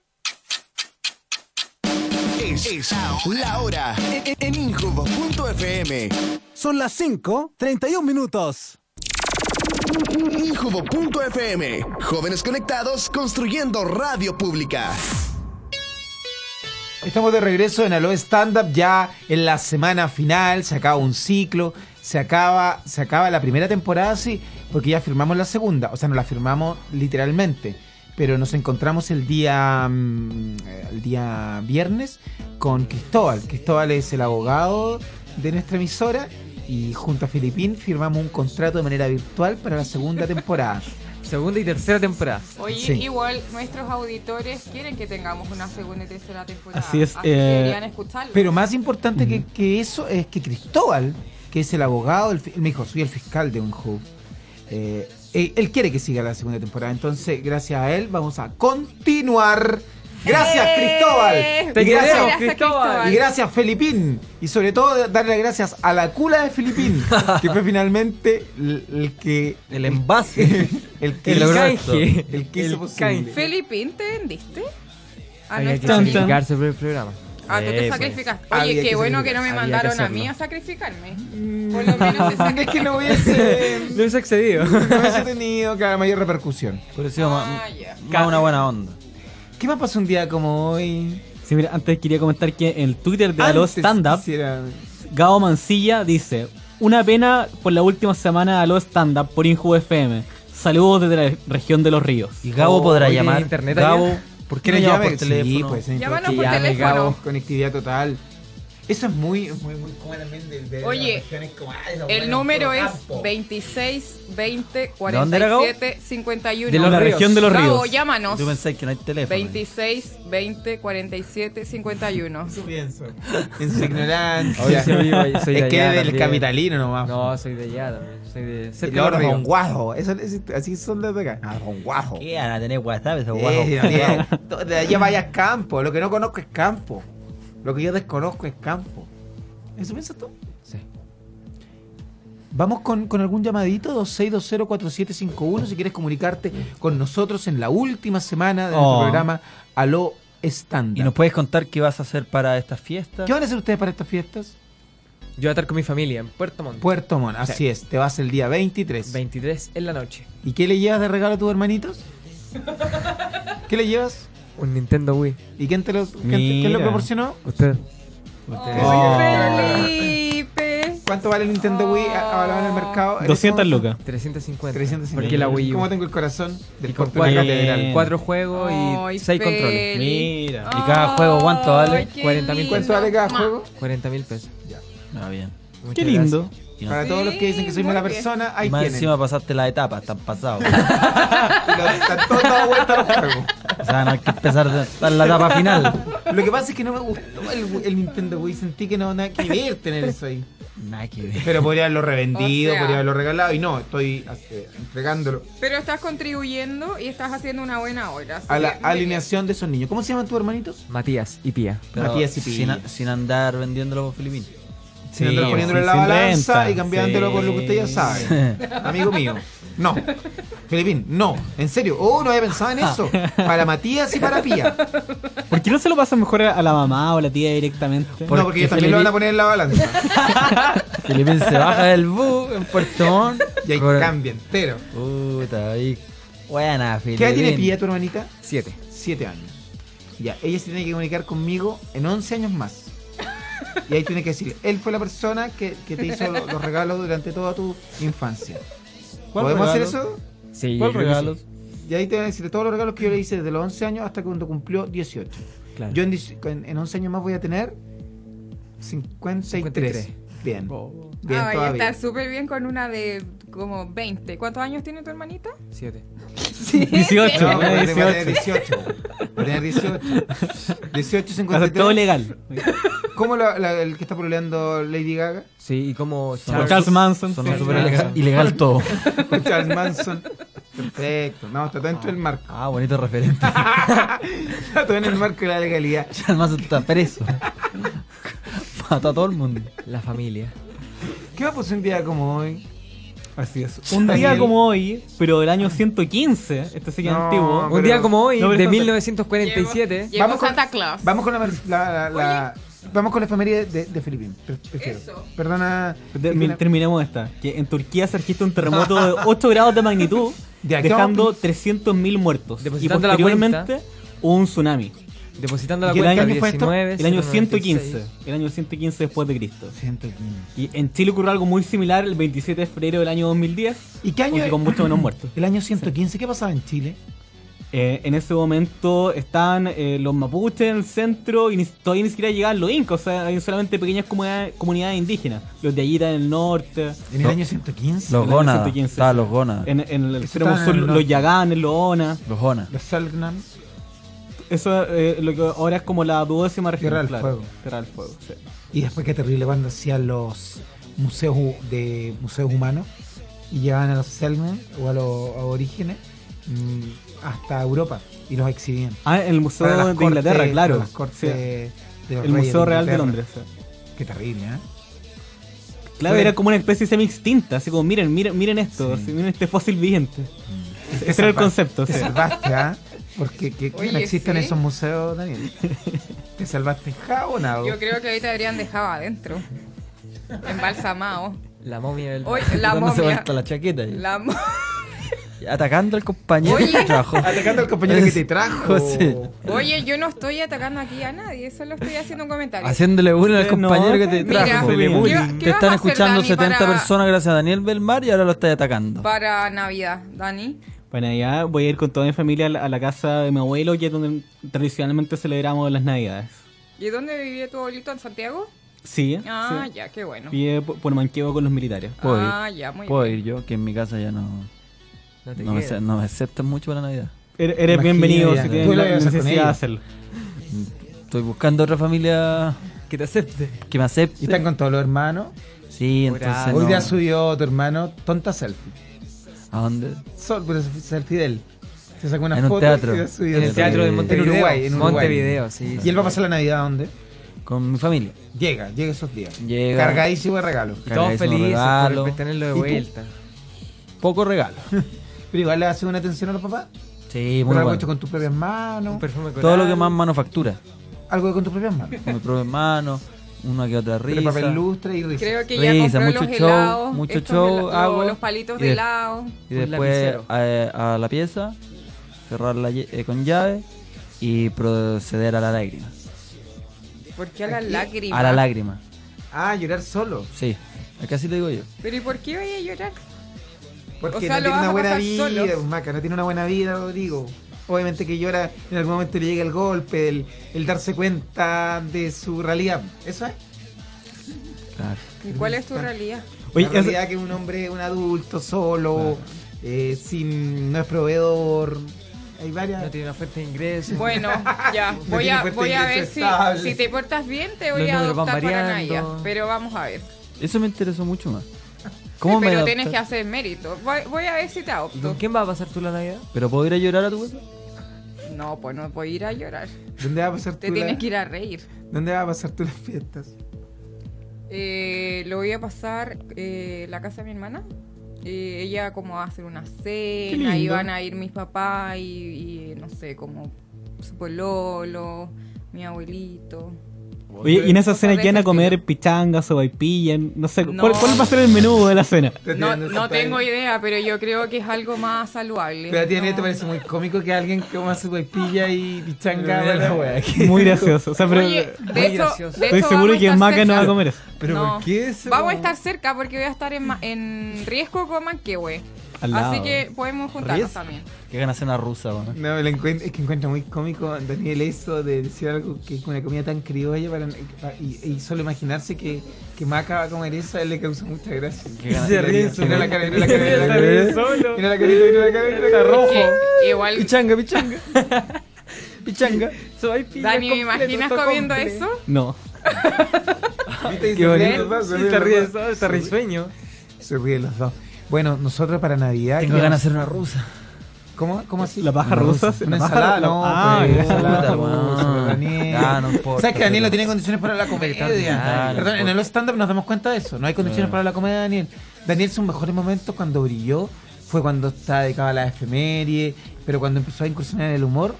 Es, es la hora en, en Injubo.fm. Son las 5, 31 minutos. Injubo.fm. Jóvenes conectados construyendo radio pública. Estamos de regreso en Aloe Stand Up ya en la semana final, se acaba un ciclo, se acaba, se acaba la primera temporada, sí, porque ya firmamos la segunda, o sea, no la firmamos literalmente, pero nos encontramos el día, mm, eh, el día viernes con Cristóbal. Cristóbal es el abogado de nuestra emisora y junto a Filipín firmamos un contrato de manera virtual para la segunda temporada. Segunda y tercera temporada. Oye, Sí. igual nuestros auditores quieren que tengamos una segunda y tercera temporada. Así es, que eh, deberían escucharlo. Pero más importante que, que eso es que Cristóbal, que es el abogado, el fi- él me dijo, soy el fiscal de un hub. Eh, él, él quiere que siga la segunda temporada, entonces gracias a él vamos a continuar. Gracias ¡Eh! Cristóbal. Te Y queremos, gracias- Cristóbal. Y gracias Felipín. Y sobre todo darle las gracias a la cula de Felipín, que fue finalmente el, el que... El envase. El que El hizo- canje. El que hizo El posible. canje. Felipín, ¿te vendiste? A Había que nuestro amigo. sacrificarse por el programa. Ah, tú te Eh, sacrificaste. pues. Oye, Había qué que bueno que no me sacrificar- mandaron había a que mí a hacerlo. sacrificarme. Por lo menos es que no hubiese... No hubiese excedido. No hubiese tenido claro, mayor repercusión. Por eso, ma- ya. más una buena onda. ¿Qué más pasó un día como hoy? Sí, mira, antes quería comentar que en el Twitter de Aló Antes Stand Up, quisiera- Gao Mancilla dice: Una pena por la última semana de Aló Stand Up por Inju FM. Saludos desde la región de los ríos. Y Gabo podrá llamar. Gabo, ¿por qué no Pero llamas llame- por teléfono? Sí, pues, sí, Llámanos porque por llame, teléfono. Gabo, Conectividad total. Eso es muy, es muy, muy como también de, de Oye, las regiones como, "Ay, los El buenos número puro es campo". 26 20 ¿De dónde era, Gabo? 47 51. De los La ríos. región de los Gabo, ríos. llámanos. Yo pensé que no hay teléfono. 26 20 47 51. En su ignorancia. Oye, soy- oye, soy de es que allá es del también. capitalino nomás. No, soy de allá también. Soy de Los cerca de Los Río. ronguajos. Eso es- Así son los de acá. Ah, ronguajo. ¿Qué van a tener WhatsApp esos guajos? Eh, Daniel, to- de allá vayas campo. Lo que no conozco es campo. Lo que yo desconozco es campo. ¿Eso piensas tú? Sí. Vamos con, con algún llamadito, 26204751, si quieres comunicarte con nosotros en la última semana de nuestro Oh. programa Aló Estándar. ¿Y nos puedes contar qué vas a hacer para esta fiesta? ¿Qué van a hacer ustedes para estas fiestas? Yo voy a estar con mi familia en Puerto Montt. Puerto Montt, así Sí. es, te vas el día 23. 23 en la noche. ¿Y qué le llevas de regalo a tus hermanitos? ¿Qué le llevas? Un Nintendo Wii. ¿Y quién te lo, quién te- quién lo Mira. proporcionó? Usted. Oh, Felipe. ¿Cuánto vale el Nintendo Wii a- ahora en el mercado? En 200 este momento, lucas. 350. 350. Porque la Wii U. ¿Cómo tengo el corazón? Y Del con cuerpo de la cuatro, catedral. cuatro juegos Ay, y Feli. seis controles. Mira. ¿Y cada juego cuánto vale? Ay, qué 40 mil lindo. ¿Cuánto vale cada Ma. juego? 40 mil pesos. Ah, bien. Muchas Qué lindo. Y no- Para todos los que dicen que soy muy mala bien. persona, y ahí más tienen. encima pasaste la etapa, están pasados. Lo- Están todos dados vuelta los juegos. o sea, no hay que empezar de- estar en la etapa final. Lo que pasa es que no me gustó el, el Nintendo Wii. Sentí que no nada que ver tener eso ahí. Nada que ver. Pero podría haberlo revendido, O sea. podría haberlo regalado. Y no, estoy eh, entregándolo Pero estás contribuyendo y estás haciendo una buena obra. así a la que muy alineación de esos niños. ¿Cómo se llaman tus hermanitos? Matías y Pía. Pero Matías y sin, Pilla. sin andar vendiéndolo por Filipinas. Sin andar poniéndolo en la sin balanza venta. y cambiándolo por lo que usted ya Sí. sabe. Amigo mío. No. Filipín, no. En serio. Oh, no había pensado en eso. Para Matías y para Pía. ¿Por qué no se lo pasan mejor a la mamá o la tía directamente? no, porque ellos también lo van a poner en la balanza. Filipín se baja del bus en Puerto Montt. Y ahí Cobra- cambia entero. Puta, ahí. Buena, Filipín. ¿Qué edad tiene Pía, tu hermanita? Siete. Siete años. Ya, ella se tiene que comunicar conmigo en 11 años más. Y ahí tiene que decir, él fue la persona que, que te hizo lo- los regalos durante toda tu infancia. ¿Cuál ¿Podemos hacer regalo? eso? Sí, ¿Cuál yo creo que regalo? sí. Y ahí te van a decir todos los regalos que yo le hice desde los 11 años hasta cuando cumplió 18. Claro. Yo en, dieci- en- en 11 años más voy a tener 53. 53. Bien. Oh. Bien, ah, vaya, todavía. está súper bien con una de como 20. ¿Cuántos años tiene tu hermanita? Siete. Sí. 18, No, voy a tener- voy a tener 18. 18. Voy a tener 18. 18, Va a ser 53. todo legal. ¿Cómo la- la- el que está pololeando Lady Gaga? Sí, y como Charles, Manson. Son sí. súper Ah. ilegal, ilegal todo. Con Charles Manson. Perfecto. No, está todo dentro del marco. Ah, bonito referente. Está todo en el marco de la legalidad. Además está preso. Mató a todo el mundo. La familia. ¿Qué va a pasar un día como hoy? Así es. Un día como hoy, pero del año 115, este sí que es No, antiguo. pero- Un día como hoy, No, pero de espérate. Llegó, 1947. llegó Vamos con- Santa Claus. Vamos con la, mer- la- la- la- vamos con la efeméride de, de Filipín. Pre- prefiero. Eso. Perdona. Termi- Filipina. terminemos esta. Que en Turquía se registra un terremoto de 8 grados de magnitud, Ya, ¿qué dejando 300.000 muertos. Y Depositando la posteriormente hubo un tsunami. Depositando la ¿Y el cuenta año que fue esto? 19. El año 096. 115. El año 115 después de Cristo. 115. Y en Chile ocurrió algo muy similar el 27 de febrero del año 2010. ¿Y qué año aunque es? Con muchos menos muertos. El año 115, ¿qué pasaba en Chile? Eh, en ese momento estaban eh, los mapuches en el centro y ni- todavía ni siquiera llegaban los incas, o sea, hay solamente pequeñas comunidades, comunidades indígenas. Los de Ayita del norte. En el año 115. Los En el año gónadas. 115, Estaban sí. los gónadas. En, en el Eso extremo estaba sur, en el los norte. yaganes, los onas. Los Jonas. Los Salgnam. Eso eh, lo que ahora es como la duodécima región. Tierra del claro. Fuego. Tierra del Fuego, sí. Y después qué terrible cuando hacían los museos hu- de museos humanos y llevaban a los Selmen o a los aborígenes mm, hasta Europa y los exhibían. Ah, en el Museo Para las de cortes- Inglaterra, claro. para las cortes Sí. de los El reyes Museo Real de Inglaterra. Londres. sí. Qué terrible, ¿eh? Claro, Bueno. era como una especie semi extinta, así como miren, miren, miren esto, así, miren este fósil viviente. Te Ese era el salvaste, concepto. Te sí. salvaste, ¿ah? Porque que, que no Oye, existen sí. esos museos, Daniel. Te salvaste jabonado. Yo creo que ahí te habrían dejado adentro. Embalsamado. La momia del. Hoy, la Dándose momia. vuelta la chaqueta. y- La mo- Atacando al compañero Oye. que trabajó. Atacando al compañero que te trajo. Sí. Oye, yo no estoy atacando aquí a nadie, solo estoy haciendo un comentario. Haciéndole bullying al Eh, no, compañero que te mira, trajo. ¿qué- qué Te vas a están hacer, escuchando Dani, 70 para- personas gracias a Daniel Belmar y ahora lo estáis atacando. Para Navidad, Dani. Bueno, ya voy a ir con toda mi familia a la, a la casa de mi abuelo, que es donde tradicionalmente celebramos las navidades. ¿Y dónde vivía tu abuelito en Santiago? Sí, Ah, sí. ya, qué bueno. Pide por, por manqueo con los militares. Puedo ir. Ah, ya, muy Puedo bien. ir yo, que en mi casa ya no, No te no, me, queda. ace- no me aceptan mucho para la Navidad. Er, Eres, eres Imagínate, bienvenido ya, si ¿no? tienes Tú lo la ibas a hacer con necesidad de ella. hacerlo. Estoy buscando otra familia Que te acepte. que me Y acepte. están con todos los hermanos. Sí, entonces Hoy Ah, no. día subió tu hermano tonta selfie. ¿A dónde? Sol, pero selfie de él. Se sacó una En un foto teatro. y la subió. En el teatro de En Montevideo. Uruguay, en Uruguay. Montevideo, sí. Y él va a pasar la Navidad dónde? Con mi familia. Llega, llega esos días. Llega. Cargadísimo de regalo. Y todos Cagadísimo felices regalo. por tenerlo de ¿Y tú? vuelta. Poco regalo. Pero igual le hace una atención a los papás. Sí, Pero muy algo bueno. hecho con tus propias Un manos. perfume Todo lo coral. que más manufactura. Algo con tus propias manos. Con mi propia mano, una que otra Pero risa. papel lustre y risa. Creo que ya Risa, compró mucho los show, helados, mucho estos show, hela- lo- agua, los palitos y de de- helado. Y Un después lapicero. a, a la pieza, cerrarla lle- eh, con llave y proceder a la lágrima. ¿Por qué a las lágrimas? A la lágrima, Ah, llorar solo. sí. Acá sí te digo yo. Pero ¿y por qué vaya a llorar? Porque O sea, no lo tiene vas una a buena pasar vida, solo. pues, Maca, no tiene una buena vida, Rodrigo. Obviamente que llora, en algún momento le llega el golpe, el, el darse cuenta de su realidad. Eso es. Claro. ¿Y ¿Cuál es tu realidad? Oye, la es- realidad que un hombre, un adulto, solo, eh, sin, no es proveedor. Hay varias. No tiene una fuente de ingresos. Bueno, ya, voy tiene a, fuente voy a de ver ingreso si, estable. si te portas bien, te voy Los a números van adoptar para variando. Naya. Pero vamos a ver. Eso me interesó mucho más. Sí, ¿Cómo me pero adapto? tienes que hacer mérito. Voy, voy a ver si te ¿Y adopto. con quién vas a pasar tú la Navidad? ¿Pero puedo ir a llorar a tu casa? No, pues no voy a ir a llorar. ¿Dónde va a pasar Te tú la- tienes que ir a reír. ¿Dónde va a pasar tú las fiestas? Eh, lo voy a pasar eh, la casa de mi hermana. eh, ella como va a hacer una lindo. cena y van a ir mis papás y, y, no sé, como su pololo, mi abuelito. Oye, y en esa Cosas cena de llegan a ese comer pichanga, sopaipilla, no sé, No. ¿cuál, cuál va a ser el menú de la cena? No, no tengo idea, pero yo creo que es algo más saludable. Pero tiene, No. te parece muy cómico que alguien coma su guaypilla y pichanga. Mira la bueno, wea. que- Muy gracioso, o sea, pero- Oye, de hecho, de hecho Estoy seguro vamos que a estar en Maca no va a cerca. comer eso. No. Vamos a estar cerca porque voy a estar en, Ma- en riesgo con Manquehue. Al Así lado. que podemos juntarnos Riesgo. también. Que ganas cena rusa, weón. ¿eh? No, lo encuent- es que encuentro muy cómico Daniel eso de decir algo que es una comida tan criolla para, pa- y, y solo imaginarse que, que Maca va a comer eso a él le causa mucha gracia. Qué gana- Mira la cara, mira la cara, mira la Se ríe cara. solo. Mira la carita, mira la cara, mira la cara. Que igual- Pichanga, pichanga. pichanga. Dani, ¿me imaginas comiendo eso? No. ¿Viste? Y Qué se bonito. ríen los dos, se Sí, ríen te los ríes, dos. ¿no? Te risueño. Se ríen los dos. Bueno, nosotros para Navidad. Tengo ¿qué ganas de vamos- hacer una rusa. ¿Cómo, ¿Cómo así? ¿La paja Una rusa? Una ¿La paja- ensalada, la- no. Ah, pues, ya. ensalada, Puta, pues, man. Daniel. Ah, no importa, ¿Sabes que Daniel pero- no tiene condiciones para la comedia? Dale, dale, Perdón, en por- el stand-up nos damos cuenta de eso. No hay condiciones Claro. para la comedia de Daniel. Daniel, sus mejores momentos cuando brilló fue cuando estaba dedicado a la efeméride, pero cuando empezó a incursionar en el humor,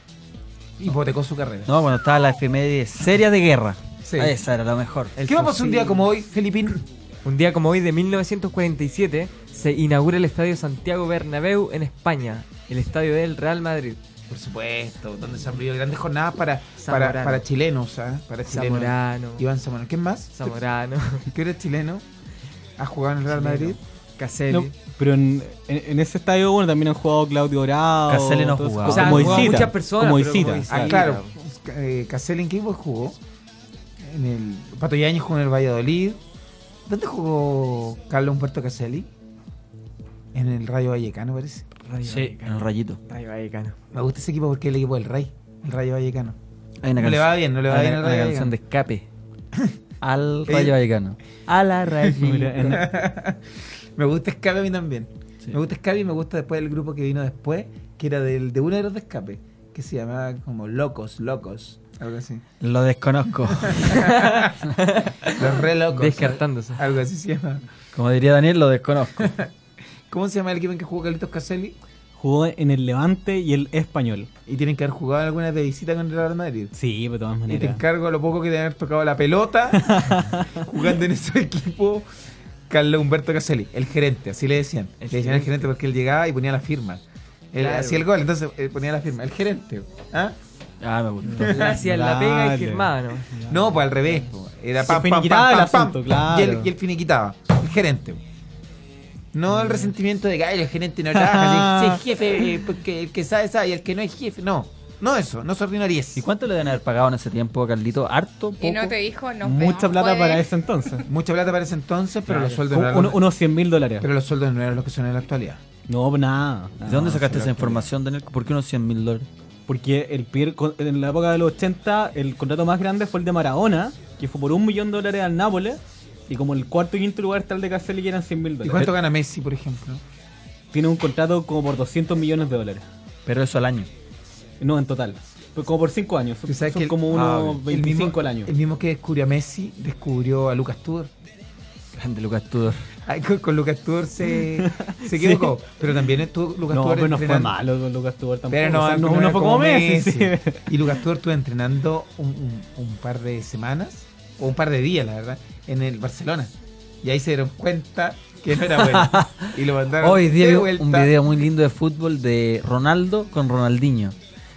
hipotecó su carrera. No, cuando estaba la efeméride seria de guerra. Sí. Ah, Esa era la mejor. ¿Qué va a pasar un día como hoy, Filipín? Un día como hoy de 1947 se inaugura el Estadio Santiago Bernabéu en España, el estadio del Real Madrid. Por supuesto, donde se han vivido grandes jornadas para, para, Zamorano. para chilenos, ¿ah? Para chilenos. Zamorano. Iván Zamorano. ¿Quién más? Zamorano. ¿Qué era chileno? ¿Ha jugado en el Real Chileno. Madrid? Caselli. No, pero en, en- en ese estadio, bueno, también han jugado Claudio Dorado. Caselli no todo eso, jugaba. como O sea, han Moisita, jugado muchas personas, Como pero Moisita, como Moisita. Ah, claro. claro. Eh, Caselli, ¿en qué equipo jugó? En el Pato Yañez jugó en el Valladolid. ¿Dónde jugó Carlos Humberto Caselli? En el Rayo Vallecano, parece. Rayo Sí, en el rayito. Rayo Vallecano. Me gusta ese equipo porque es el equipo del Rey, el Rayo Vallecano. Hay una no le canción- va bien, no le va hay bien al una- Rayo Una canción Vallecano. de escape. Al Eh. Rayo Vallecano. A la Rayito. me gusta Escape a mí también. Me gusta Escape y me gusta después el grupo que vino después, que era del, de uno de los de Escape, que se llamaba como Locos, Locos, algo así. Lo desconozco. los re locos. Descartándose. Algo así se llama. Como diría Daniel, lo desconozco. ¿Cómo se llama el equipo en que jugó Carlitos Caselli? Jugó en el Levante y el Español. Y tienen que haber jugado alguna de visita con el Real Madrid. Sí, pero de todas Y te maneras. encargo lo poco que de haber tocado la pelota jugando en ese equipo. Carlos Humberto Caselli, el gerente, así le decían. El le decían el gerente. gerente porque él llegaba y ponía la firma. Él Claro. hacía el gol, entonces eh, ponía la firma. El gerente. ¿ah? Ah, me gustó. Le hacían la pega Dale. y firmaba, ¿no? No, pues al revés. po. Era Se pam, pam, pam, finiquitaba pam, el pam, asunto, pam, claro. Y él, y él finiquitaba. El gerente. No Mm. el resentimiento de que "Ay, el gerente no trabaja. si- si es jefe, eh, porque el que sabe, sabe. Y el que no es jefe, no. No eso, no es ordinariez. ¿Y cuánto le deben haber pagado en ese tiempo, Carlito? ¿Harto? Y no ¿Poco? te dijo, pues". no. Mucha plata para ese entonces. Mucha plata para ese entonces, pero los sueldos no Como eran uno- unos 100 mil dólares. Pero los sueldos no eran los que son en la actualidad. No, nada. ¿De nada. dónde sacaste será esa información, Daniel? ¿Por qué unos 100 mil dólares? Porque el Pier- con- en la época de los 80 el contrato más grande fue el de Maradona, que fue por un millón de dólares al Nápoles. Y como el cuarto y quinto lugar está el de Caselli que eran 100 mil ¿Y dólares. cuánto gana Messi, por ejemplo? Tiene un contrato como por 200 millones de dólares. Pero eso al año. No, en total. Pero como por 5 años. Son, Tú sabes son que el- como ah, unos bien. El 25 mismo, al año. El mismo que descubrió a Messi, descubrió a Lucas Tudor. Grande Lucas Tudor. Ay, con, con Lucas Tudor se, se equivocó. Pero también estuvo Lucas No, Tudor pero no fue entrenando- malo con Lucas Tudor tampoco. Pero no, O sea, no, no era fue como Messi. sí. Y Lucas Tudor estuvo entrenando un, un- un par de semanas, o un par de días, la verdad, en el Barcelona. Y ahí se dieron cuenta que no era bueno. y lo mandaron Hoy día de vi vuelta. un video muy lindo de fútbol de Ronaldo con Ronaldinho.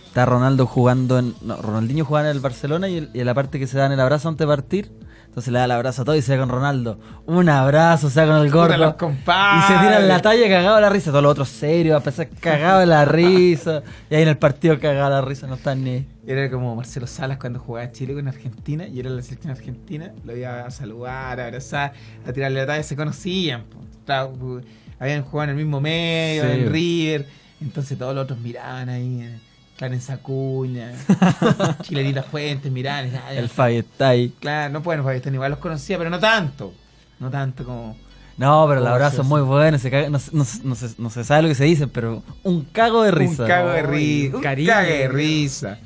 Está Ronaldo jugando en. No, Ronaldinho jugaba en el Barcelona y, el- y la parte que se dan el abrazo antes de partir. Entonces le da el abrazo a todo y se da con Ronaldo. Un abrazo, se da con el Puta, los gordo. Y se tiran la talla cagado a la risa. Todos los otros serios, a pesar cagado de la risa. Y ahí en el partido cagado a la risa, no están ni. Era como Marcelo Salas cuando jugaba Chile con Argentina y era la selección argentina. Lo iba a saludar, a abrazar, a tirarle la talla. Se conocían. po. Tra- pu- Habían jugado en el mismo medio, Sí. en River. Entonces todos los otros miraban ahí. eh, Clarence Acuña, Chilenita Fuentes, miraban. y, "Ay, El Fabi está ahí. Claro, no pueden jugar igual los conocía, pero no tanto. No tanto como. No, pero el ¿Cómo se abrazo es hace? muy bueno. Se caga- no, se- no se- no se, no se sabe lo que se dicen, pero un cago de risa. Un cago de Ay, risa. un Un cariño. cago de risa.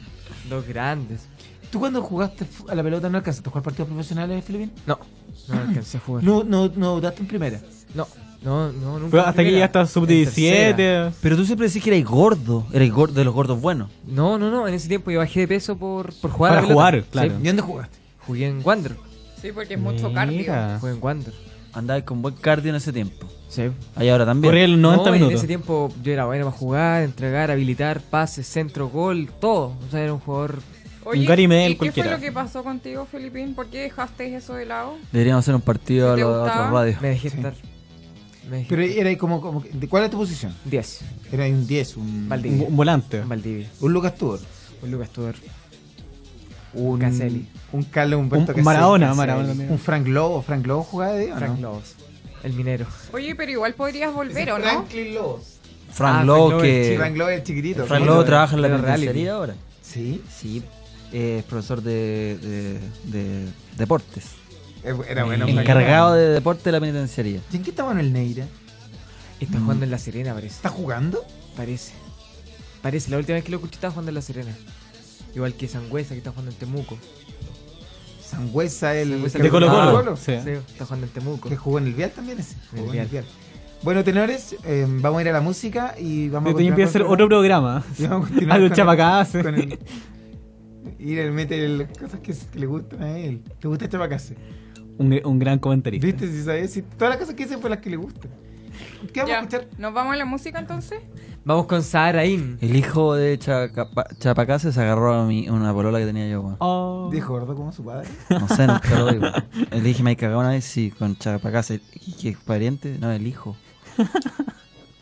Dos grandes. ¿Tú cuando jugaste fu- a la pelota no alcanzaste a jugar partidos profesionales, Filipín? No, no alcancé a jugar. No, no, no debutaste en primera. No, No, no, nunca. Pero hasta aquí ya está sub 17. Pero tú siempre decís que eres gordo. Eres gordo de los gordos buenos. No, no, no. En ese tiempo yo bajé de peso por, por jugar. a Para la pelota. jugar, claro. Sí, ¿Y dónde jugaste? Jugué en Wander. Sí, porque es mucho cardio. Ah. Jugué en Wander. Andabas con buen cardio en ese tiempo. Sí. Ahí ahora también. Corría el 90 No, minutos. En ese tiempo yo era bueno para jugar, entregar, habilitar, pases, centro, gol, todo. O sea, era un jugador. Oye, Gary Medel ¿y qué cualquiera. fue lo que pasó contigo, Felipín? ¿Por qué dejaste eso de lado? Deberíamos hacer un partido a ¿Te los a gustaba? otras radios. Me dejé estar. Me dejé Pero estar. era ahí como, como que- ¿de ¿Cuál era tu posición? 10. Era un 10, un, Un, Valdivia. un volante. Un Valdivia. un Lucas Tudor. Un Lucas Tudor. Un Caselli. Un Carlos Humberto Un Maradona, Caselli. Maradona también. Un Frank Lobo. ¿Frank Lobo jugaba de ahí o no? Frank Lobos. El minero. Oye, pero igual podrías volver, ¿o no? Franklin Lobos. Ah, Frank Frank Lowe, Lowe, que. el Frank Lobo es chiquitito. Frank ¿no? Lowe trabaja en la Pero reality. penitenciaría ahora. Sí. Sí, eh, es profesor de, de- de deportes. Era bueno. Frank Encargado de deporte de la penitenciaría. ¿Y en qué estaba en el Neira? Mm. Está jugando en La Serena, parece. ¿Está jugando? Parece. Parece. La última vez que lo escuché estaba jugando en La Serena. Igual que Sangüesa, que está jugando en Temuco. Sangüesa, el Sangüesa De que- Colo Ah, Colo. Sí, está jugando en Temuco. Que jugó en el Vial también ese. En el Jugó en el Vial. Vial. Bueno, tenores, eh, vamos a ir a la música y vamos a Yo tenía continuar que con hacer el otro programa. Y vamos a continuar Algo con chapacase. el- con el- Ir al meter las cosas que, que le gustan a él. ¿Te gusta este Chapacase? Un, un gran comentarista. ¿Viste? Si sabes, si todas las cosas que dicen fue las que le gustan. ¿Qué vamos Ya. a escuchar? ¿Nos vamos a la música entonces? Vamos con Saharaín. El hijo de Chacapa- Chapacases agarró a mi, una polola que tenía yo. weón. Oh. Dijo gordo como su padre. No sé, nunca lo digo. El dije, me he cagado una vez, sí, con Chapacases. ¿Y ¿Qué pariente? No, el hijo.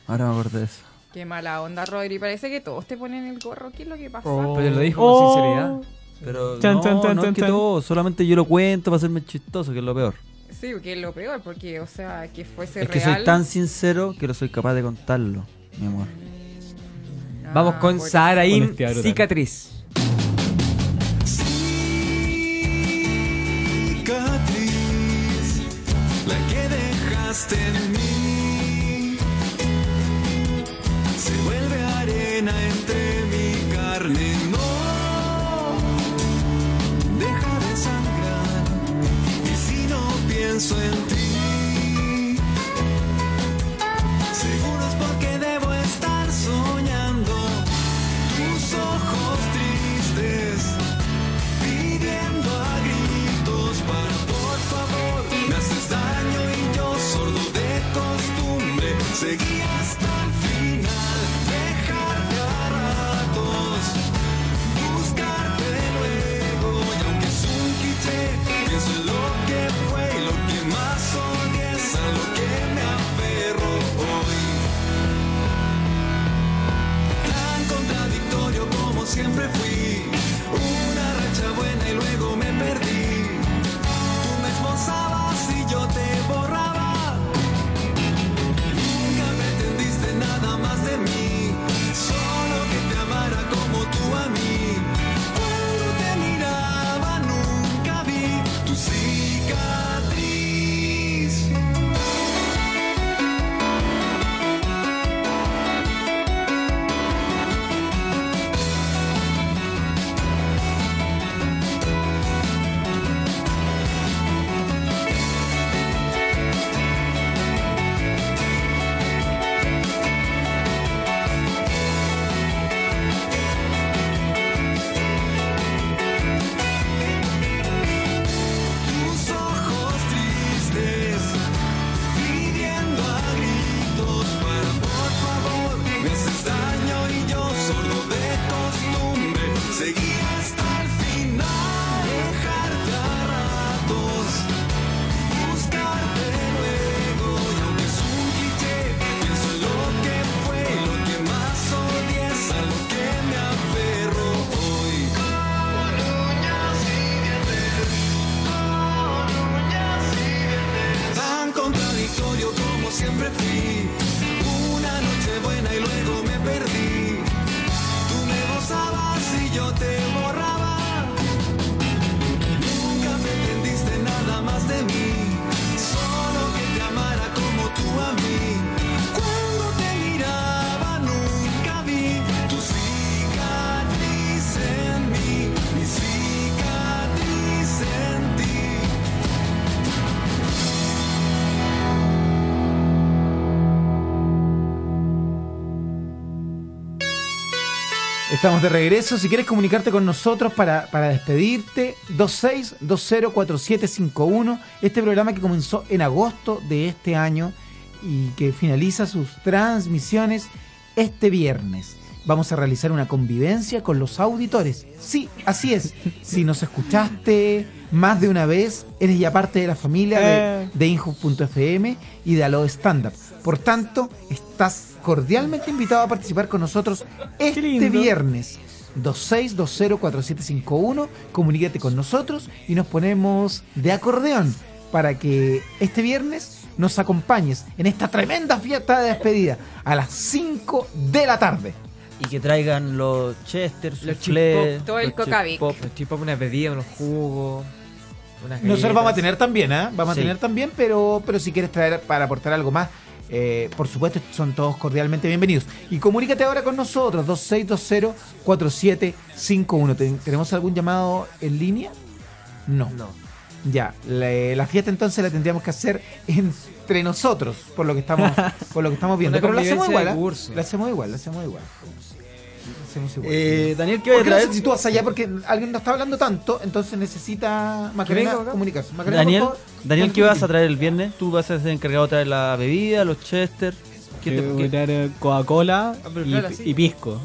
Ahora me acuerdo de eso. Qué mala onda, Rodri. Parece que todos te ponen el gorro. ¿Qué es lo que pasa? Pero Pues lo dijo Oh. con sinceridad. Pero Chan, no, chan, chan, no es chan, que chan. todo, solamente yo lo cuento para hacerme chistoso, que es lo peor. Sí, que es lo peor, porque, o sea, que fuese Es que real. soy tan sincero que no soy capaz de contarlo, mi amor. Ah, Vamos con por- Saharaín, Honestidad brutal. cicatriz. cicatriz, la que dejaste en mí, se vuelve arena entre mi carne. No deja de sangrar, y si no pienso en ti, seguro es porque debo estar soñando tus ojos tristes pidiendo a gritos para por favor me haces daño y yo sordo de costumbre seguí hasta el final dejarte a ratos buscarte luego y aunque es un cliché pienso en lo que fue y lo que más odié es a lo que me aferro hoy tan contradictorio como siempre fui. Una racha buena y luego me perdí. Tú me esbozabas y yo te borraba. Nunca pretendiste nada más de mí, solo que te amara como tú a mí. Cuando te miraba nunca vi tu cicatriz. tus ojos tristes, pidiendo a gritos para por favor, me haces daño y yo solo de costumbre seguí hasta el final, dejarte a ratos, buscarte luego y aunque es un cliché, pienso en lo que fue, lo que más odié es a lo que me aferro hoy. tan contradictorio como siempre fui. Una noche buena y luego me perdí. Tú me gozabas y yo te borraba. Nunca pretendiste nada más de mí, solo que te amara como tú a mí. Cuando te miraba nunca vi tu cicatriz en mí, mi cicatriz en ti. Estamos de regreso. Si quieres comunicarte con nosotros para, para despedirte, 26204751. Este programa que comenzó en agosto de este año y que finaliza sus transmisiones este viernes. Vamos a realizar una convivencia con los auditores. Sí, así es. Si nos escuchaste más de una vez, eres ya parte de la familia de, de Injuft.fm y de Alo Stand Up. Por tanto, estás cordialmente invitado a participar con nosotros este viernes. 26204751, comunícate con nosotros y nos ponemos de acordeón para que este viernes nos acompañes en esta tremenda fiesta de despedida a las 5 de la tarde. Y que traigan los Chester, Los Soufflé, chip pop, todo el los chip Cocavic. pop. Los chipop, unas bebidas, unos jugos. Unas Nosotros vamos a galletas. tener también, ¿ah? Vamos Sí. a tener también, pero, pero si quieres traer para aportar algo más, eh, por supuesto, son todos cordialmente bienvenidos. Y comunícate ahora con nosotros, 2620-4751. ¿Ten- ¿Tenemos algún llamado en línea? No. Ya, la, la fiesta entonces la tendríamos que hacer entre nosotros, por lo que estamos, por lo que estamos viendo. Una Pero la hacemos convivencia de igual, ¿ah? curso. La hacemos igual, la hacemos igual. La hacemos igual. Eh, Daniel, ¿qué vas a ¿Por no traer? sé si tú vas allá? Porque alguien no está hablando tanto, entonces necesita Macarena venga acá? comunicarse. Macarena, Daniel, por favor, Daniel, con ¿qué tu vas a film. traer el viernes? ¿Tú vas a ser encargado de traer la bebida, los Chester? ¿Qué te- Quiero qué- traer Coca-Cola Ah, pero y, claro, sí. y pisco.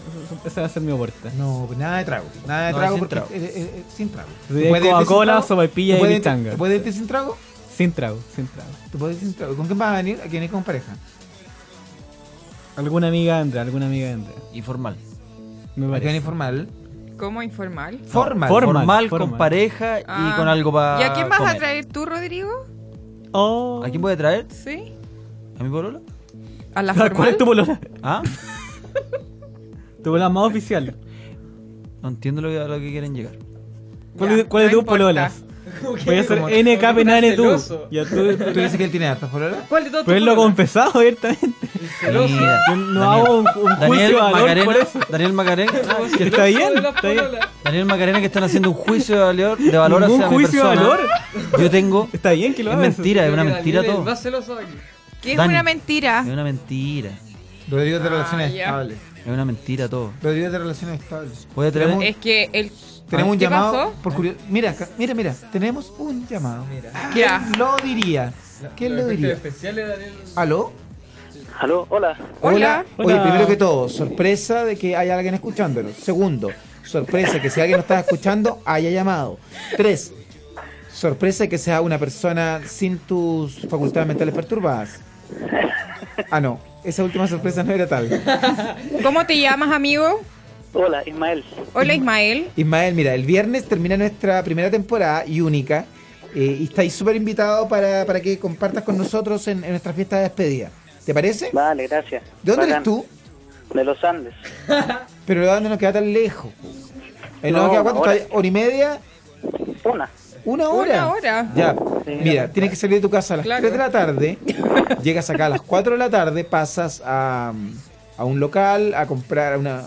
Esa va a ser mi aporte. No, pues nada de trago. Nada de No, trago sin porque trago. eh, eh, eh, sin trago. Si hay ¿Te puedes irte sin Coca-Cola, trago? sopaipilla ¿Te y puedes- bichanga. ¿Te puedes irte sin trago? Sin trago, sin trago. ¿Te puedes irte sin trago? ¿Con quién vas a venir? ¿A quién es con pareja? Alguna amiga entra, alguna amiga entra. Informal. Me ¿A quién parece. informal? ¿Cómo informal? formal. Formal. Formal, con formal. pareja y Ah. con algo para. ¿Y a quién vas comer. a traer tú, Rodrigo? Oh. ¿A quién voy a traer? ¿Sí? ¿A mi polola? ¿A la ¿Cuál formal? es tu polola? ¿Ah? Tu polola más oficial. No entiendo lo que, a lo que quieren llegar. ¿Cuál, Ya, es, cuál es no tu polola? importa. Voy a hacer NK Penane tú. Ya tú, ¿Tú dices que él tiene hartas pololas? ¿Cuál de todos Pues él tus lo ha pololas? confesado abiertamente. Mira, Yo no Daniel- hago un, un juicio Daniel de valor por Macarena, eso. Daniel Macarena, que Está está- bien, de las está bien. pololas. Daniel Macarena que están haciendo un juicio de valor, de valor ¿Ningún hacia mi juicio de persona. valor? Yo tengo, Está bien que lo es hagas. mentira, es una Creo que mentira Daniel es todo, más celoso aquí. ¿Qué es Dani. una mentira? es una mentira, Rodrigo es de relaciones Ah, ya. estables. es una mentira todo. Rodrigo es de relaciones estables. Voy a traer- Tenemos, Es que el... tenemos un ¿Qué llamado. pasó? Por curio- Mira, ca- mira, mira. Tenemos un llamado. ¿Quién Ya. lo diría? ¿Quién lo diría? ¿Aló? Aló, hola. Hola. Oye, Hola. primero que todo, sorpresa de que haya alguien escuchándonos. Segundo, sorpresa que si alguien nos está escuchando, haya llamado. Tres, sorpresa que sea una persona sin tus facultades mentales perturbadas. Ah, no, esa última sorpresa no era tal. ¿Cómo te llamas, amigo? Hola, Ismael. Hola, Ismael. Ismael, mira, el viernes termina nuestra primera temporada y única. eh, y estáis súper invitado para, para que compartas con nosotros en, en nuestra fiesta de despedida. ¿Te parece? ¿De Vale, gracias. dónde Bacán. eres tú? De los Andes. Pero ¿de dónde nos queda tan lejos? Eh, ¿Nos No, queda cuánto? ahora- ¿Está- ¿Hora y media? Una. ¿Una hora? Una hora. Ya, mira, tienes que salir de tu casa a las Claro. 3 de la tarde, llegas acá a las 4 de la tarde, pasas a, a un local a comprar una,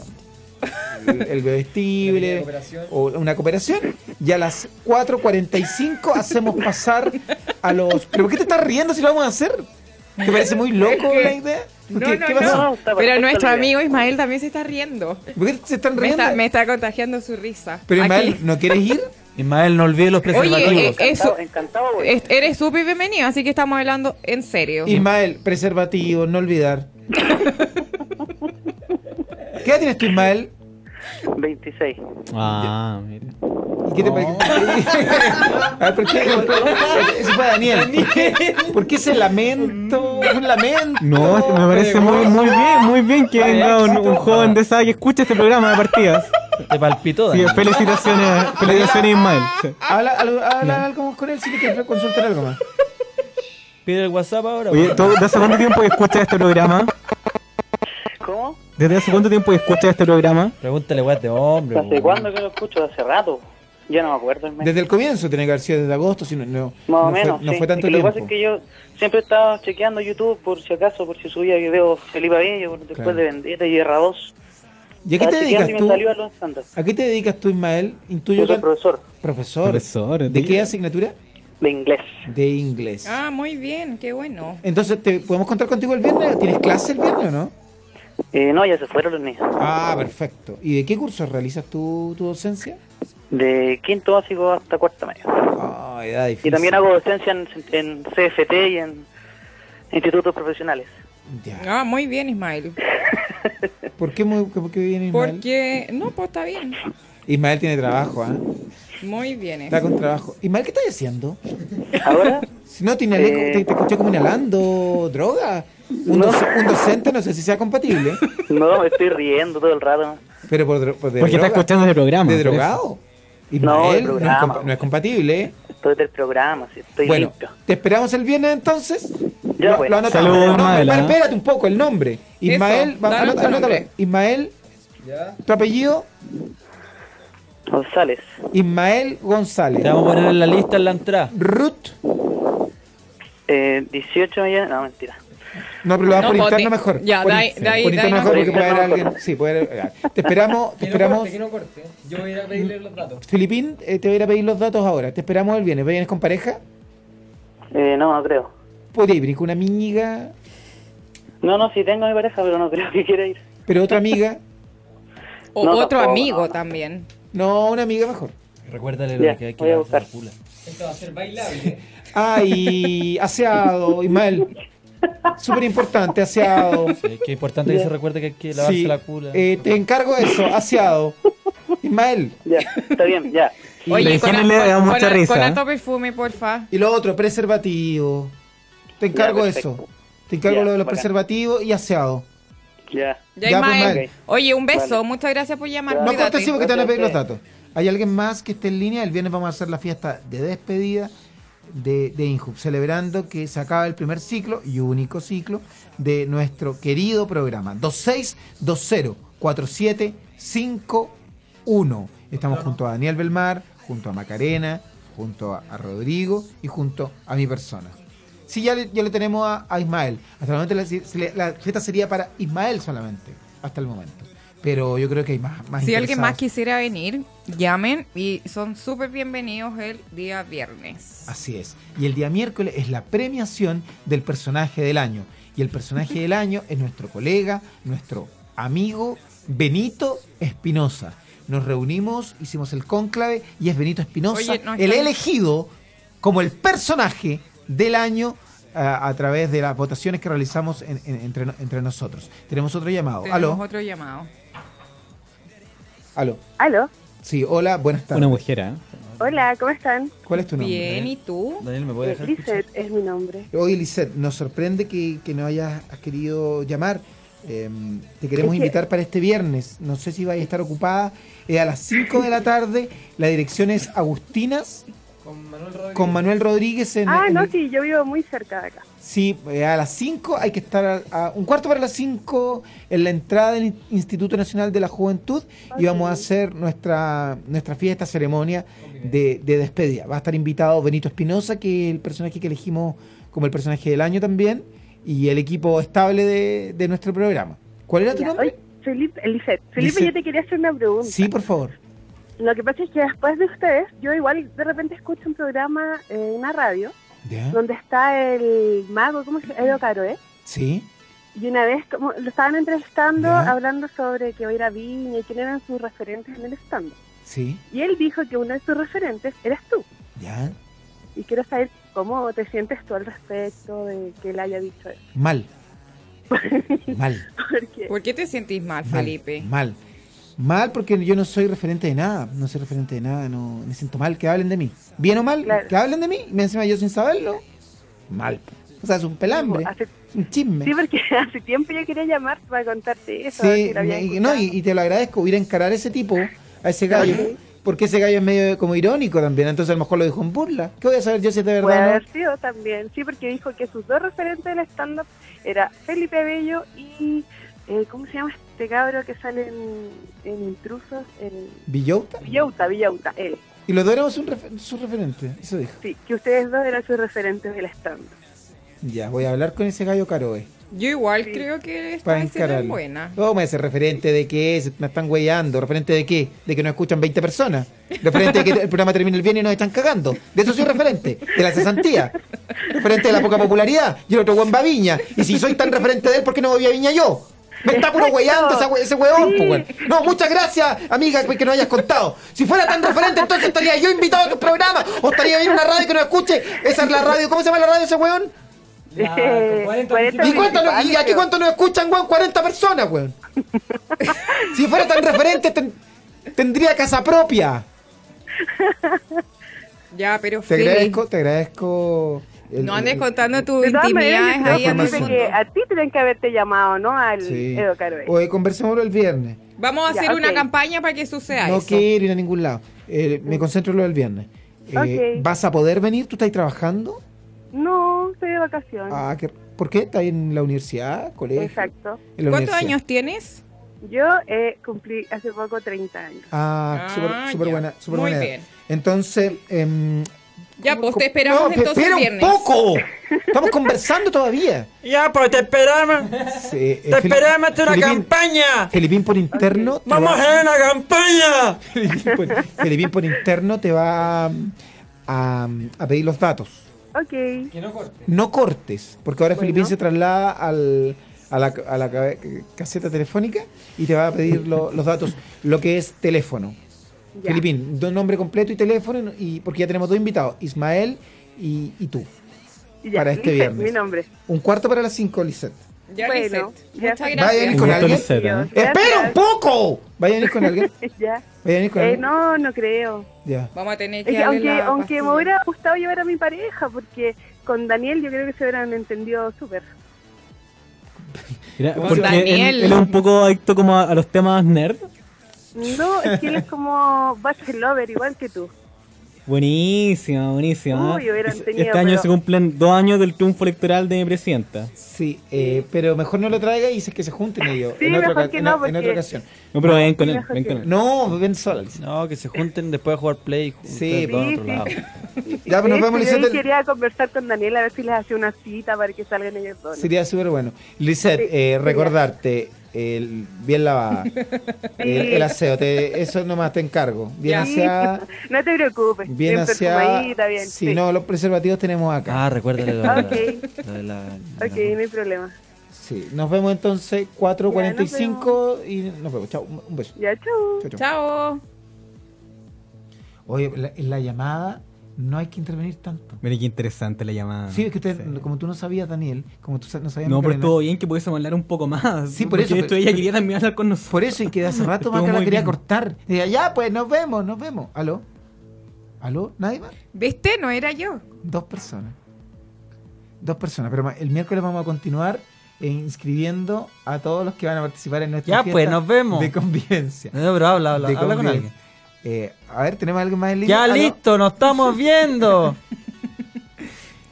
el, el bebestible o una cooperación, y a las 4.45 hacemos pasar a los... ¿Pero por qué te estás riendo si lo vamos a hacer? ¿Te parece muy loco Es que- la idea? ¿Por No, qué, no, ¿Qué no. pasó? está Pero perfecto nuestro la idea. amigo Ismael también se está riendo. ¿Por qué se están Me riendo? está, me está contagiando su risa. Pero Ismael, Aquí. ¿no quieres ir? Ismael, no olvides los preservativos. Oye, eh, eso... Encantado, encantado, güey. es- eres súper bienvenido, así que estamos hablando en serio. Ismael, preservativo, no olvidar. ¿Qué edad tienes tú, Ismael? 26. Ah, mira. ¿Y qué te parece? A ver, ¿por qué? Eso fue Daniel. ¿Por qué, ¿Por qué ese lamento? Un lamento. No, es que me parece muy, muy bien, muy bien que venga un, un joven de esa edad que escuche este programa de partidas. Te palpitó, Sí, Daniel. felicitaciones, felicitaciones Ismael. Sí. Habla, habla, habla algo con él si te quieres consultar algo más. Pide el WhatsApp ahora. Oye, weón. ¿tú ¿desde hace cuánto tiempo que escuchas este programa? ¿Cómo? ¿Desde hace cuánto tiempo que escuchas este programa? Pregúntale, weón, de hombre. ¿Hace weón. cuándo que lo escucho? ¿Hace rato? Ya no me acuerdo. Hermano. Desde el comienzo tiene que haber sido desde agosto, si no, no, Más o no menos. fue, no sí. fue tanto Es que Lo tiempo. que pasa es que yo siempre estaba chequeando YouTube por si acaso, por si subía video Felipe Bello, por- después Claro. de Vendetta y Guerra 2. ¿Y a qué te dedicas y me tú? salió a los Andes. ¿A qué te dedicas tú, Ismael? Intuyo Yo soy que... profesor Profesor. Profesor, ¿De de- qué asignatura? de inglés. De inglés. Ah, muy bien, qué bueno. Entonces, ¿te podemos contar contigo el viernes? ¿Tienes clase el viernes o no? Eh, no, ya se fueron los niños. Ah, perfecto. ¿Y de qué cursos realizas tu, tu docencia? De quinto básico hasta cuarta media. Ah, edad difícil. Y también hago docencia en, en CFT y en institutos profesionales. Ah, muy bien, Ismael. ¿Por qué, muy- por qué viene Ismael? Porque, no, pues está bien. Ismael tiene trabajo, ¿ah? Muy bien. Está eso. con trabajo. Ismael, ¿qué estás haciendo? ¿Ahora? Si no, te, inhalé, Eh, te, te escuché como inhalando droga. Un, No. doc- un docente no sé si sea compatible, No, me estoy riendo todo el rato. pero por, dro- por de Porque está droga- escuchando el programa. ¿De por eso. drogado? No, Ismael, el no, es programa. compa- no es compatible. ¿eh? Estoy del programa, sí, estoy Bueno, limpio. te esperamos el viernes entonces. Ya, lo, pues. lo anotamos. Saludos, No, Ismael, espera- ¿ah? espérate un poco el nombre. Ismael, Eso, va- danos anota- tu anótalo. nombre. Ismael, tu apellido, González. Ismael González. Te vamos a poner en la lista en la entrada. Ruth. Eh, 18 ya, no, mentira. No, pero lo das No, por pues, interno de- mejor. ya, por de ahí- in- de ahí- por de interno ahí mejor, nos porque puede corta. haber alguien. Sí, puede haber- ya. Te esperamos, te esperamos. Yo voy a ir a pedirle los datos. Filipín, eh, te voy a ir a pedir los datos ahora. Te esperamos el viernes. ¿Vienes con pareja? Eh, no, no creo. Podría ir con una amiga, No, no, sí tengo a mi pareja, pero no creo que quiera ir. pero otra amiga. O No, otro tampoco, amigo no, también. No, una amiga mejor. Recuérdale Ya, voy a buscar. Esto va a ser bailable. Ay, Ah, aseado, Ismael. Súper importante, aseado. Qué importante que se recuerde que hay que lavarse Sí, la cula. eh, te encargo eso, aseado. Ismael. Ya, está bien, ya. Oye, con, Virginia al- le da con- mucha con- risa, con ¿eh? alto perfume, porfa. Y lo otro, preservativo. Te encargo Ya, eso. perfecto. Te encargo Ya, lo de los bacán. preservativos y aseado. Ya. Ya, Ya, pues, Ismael. Ismael. Oye, un beso. Vale. Muchas gracias por llamar. No cuídate. cortes sí, porque te van a pedir los Gracias a datos. ¿Hay alguien más que esté en línea? El viernes vamos a hacer la fiesta de despedida de, de Inhub, celebrando que se acaba el primer ciclo y único ciclo de nuestro querido programa. 26204751. Estamos junto a Daniel Belmar, junto a Macarena, junto a, a Rodrigo y junto a mi persona. Sí, ya le, ya le tenemos a, a Ismael. Hasta el momento la, se le- la fiesta sería para Ismael solamente, hasta el momento. Pero yo creo que hay más, más Si alguien interesados. más quisiera venir, llamen y son súper bienvenidos el día viernes. Así es. Y el día miércoles es la premiación del personaje del año. Y el personaje del año es nuestro colega, nuestro amigo Benito Espinosa. Nos reunimos, hicimos el cónclave y es Benito Espinosa Oye, no, el está- elegido como el personaje del año eh, a, a través de las votaciones que realizamos en- en- entre, no- entre nosotros. Tenemos otro llamado. Tenemos Oh, Aló, otro llamado. aló. Aló, Sí, hola, buenas tardes. Una mujer, ¿eh? hola, ¿cómo están? ¿Cuál es tu nombre? ¿y tú? Daniel, ¿me Eh, Lisette es mi nombre. Oye, Lisette, nos sorprende que, que no hayas querido llamar. Eh, te queremos Es que- invitar para este viernes. No sé si vais a estar ocupada. Eh, a las 5 de la tarde, la dirección es Agustinas Con Manuel Rodríguez. con Manuel Rodríguez. En, Ah, en- no, sí, yo vivo muy cerca de acá. Sí, eh, a las 5 hay que estar a, a un cuarto para las 5 en la entrada del In- Instituto Nacional de la Juventud y vamos a hacer nuestra nuestra fiesta, ceremonia de, de despedida. Va a estar invitado Benito Espinosa, que es el personaje que elegimos como el personaje del año también, y el equipo estable de, de nuestro programa. ¿Cuál era tu Ya, nombre? oye, Felipe, eh, Lisette. Felipe, Lisette. yo te quería hacer una pregunta. Sí, por favor. Lo que pasa es que después de ustedes, yo igual de repente escucho un programa en una radio Ya. donde está el mago, ¿cómo se llama? Edo Caroe. Sí. Y una vez como, lo estaban entrevistando Ya. hablando sobre que hoy era Viña y quién eran sus referentes en el stand. Sí, Y él dijo que uno de sus referentes eras tú. ya. Y quiero saber cómo te sientes tú al respecto de que él haya dicho eso. Mal. Mal. Porque ¿Por qué te sentís mal, Mal, Felipe? Mal. Mal porque yo no soy referente de nada. No soy referente de nada. No, me siento mal que hablen de mí. Bien o mal, Claro. que hablen de mí. Me encima yo sin saberlo. Mal. O sea, es un pelambre. hace- es un chisme. Sí, porque hace tiempo yo quería llamar para contarte eso. a ver Sí, si lo había y, no, y, y te lo agradezco. Ir a encarar a ese tipo, a ese gallo. Porque ese gallo es medio como irónico también. Entonces a lo mejor lo dijo en burla. ¿Qué voy a saber yo si es Puede de verdad o no? haber sido también, sí, porque dijo que sus dos referentes del stand-up era Felipe Bello y, eh, ¿cómo se llama este cabro que sale en, en Intrusos? El... ¿Villota? Villauta, Villauta, él. Y los dos éramos un refer- su referente. Eso dijo. Sí, que ustedes dos eran sus referentes del stand-up. Ya, voy a hablar con ese gallo caroe. Yo igual creo que esta para escena es encararlo. buena. ¿Cómo ese referente de qué es? Me están güeyando. ¿Referente de qué? De que no escuchan 20 personas. Referente de que el programa termina el viernes y nos están cagando. De eso soy referente. De la cesantía. Referente de la poca popularidad. Y el otro buen va a Viña. Y si soy tan referente de él, ¿por qué no voy a Viña yo? Me está puro Exacto. hueando esa hue- ese hueón, Sí. po, weón. No, muchas gracias, amiga, pues, que no hayas contado. Si fuera tan referente, entonces estaría yo invitado a tu programa. O estaría bien una radio que nos escuche. Esa es la radio. ¿Cómo se llama la radio ese hueón? Eh, 40 ¿Y, cuánto nos- y principales, aquí creo. cuánto nos escuchan, weón? 40 personas, weón. si fuera tan referente, ten- tendría casa propia. Ya, pero Te Feli, agradezco, te agradezco. el- No andes el- contando tu De todas intimidad maneras, yo ahí creo a todo el Pues que mundo. que a ti tienen que haberte llamado, ¿no? Al Sí. Edo Caroe. Oye, conversémoslo el viernes. Vamos a Ya, hacer una ok. campaña para que suceda No Ah, eso. quiero ir a ningún lado. Eh, me concentro en lo del viernes. Eh, Mm. Ok. ¿Vas a poder venir? ¿Tú estás trabajando? No, estoy de vacaciones. Ah, ¿qué- ¿Por qué? ¿Estás en la universidad, colegio? Exacto. En la ¿Cuántos universidad. años tienes? Yo eh, cumplí hace poco 30 años. Ah, súper Ah, súper ya. buena. Súper Muy buena edad. bien. Entonces, em, Ya, pues te no, esperamos pe- entonces espera el un viernes. poco. Estamos conversando todavía. Ya, pues te esperamos. Sí, eh, te Fili- esperamos hacer una Filipín- campaña. Felipín por interno. te Vamos a va- hacer una campaña. Felipín por- Felipín por interno te va mm, a, a pedir los datos. Ok. Que no corte. No cortes, porque ahora Bueno. Felipín se traslada al- a, la, a la ca- caseta telefónica y te va a pedir lo- los datos, lo que es teléfono. Ya. Felipín, do- nombre completo y teléfono, y porque ya tenemos dos invitados, Ismael y, y tú, Ya, para este Lisette, Mi viernes. nombre. Un cuarto para las cinco, Lisette. Ya, Bueno, Lisette. ya Muchas sé. ¿Vaya a gracias. venir con alguien? Dios, ¡Espera un gracias. poco! ¿Vaya a venir con alguien? ya. ¿Vaya a venir con Eh, alguien? no, no creo. Ya. Vamos a tener Es que que darle aunque la aunque me pastilla. hubiera gustado llevar a mi pareja, porque con Daniel yo creo que se hubieran entendido súper. Mira, Con porque Daniel. él, él es un poco adicto como a, a los temas nerd. No, es que él es como Bachelor Lover, igual que tú. Buenísimo, buenísimo. Uy, hubieran Es- tenido, este año pero- se cumplen dos años del triunfo electoral de mi presidenta. Sí, eh, pero mejor no lo traiga y dices que se junten ellos. Sí, en, otra, mejor oca- que en no, o- en porque- otra ocasión. No, pero ven con él, mejor ven que con él. No, ven sola. Lisette. No, que se junten después de jugar play. Sí, Sí, todo en otro sí. lado. Ya, pues nos De vemos, hecho, yo Lisette. el- quería conversar con Daniel a ver si les hacía una cita para que salgan ellos dos. Sería súper bueno. Lisette, Sí, eh, sería. recordarte, el, bien lavada, el, el aseo, te- eso nomás te encargo. Bien Sí, aseada, No te preocupes. bien, Bien, aseada. perfumadita, bien. si no, los preservativos tenemos acá. Ah, recuérdale lo de la- Ok. lo de la- Ok, no hay problema. Sí, nos vemos entonces 4.45 y nos vemos. Chao, un un beso. Ya, chau. Chao, chao. Chao. Oye, la- en la llamada no hay que intervenir tanto. Mira qué interesante la llamada. Sí, es que usted, como tú no sabías, Daniel, como tú sa- no sabías... No, pero Macarena, estuvo bien que pudiésemos hablar un poco más. Sí, por Porque eso, esto pero- ella quería también hablar con nosotros. Por eso, y que hace rato Estuvo Macarena muy quería bien. cortar. Y decía, ya, pues nos vemos, nos vemos. ¿Aló? ¿Aló? ¿Nadie más? ¿Viste? No era yo. Dos personas. Dos personas. Pero ma- el miércoles vamos a continuar eh, inscribiendo a todos los que van a participar en nuestra Ya, fiesta pues, nos vemos. De convivencia. No, pero habla, habla, De habla con convivencia. alguien. Eh, a ver, ¿tenemos alguien más en línea? Ya ¿Aló? listo, nos estamos viendo.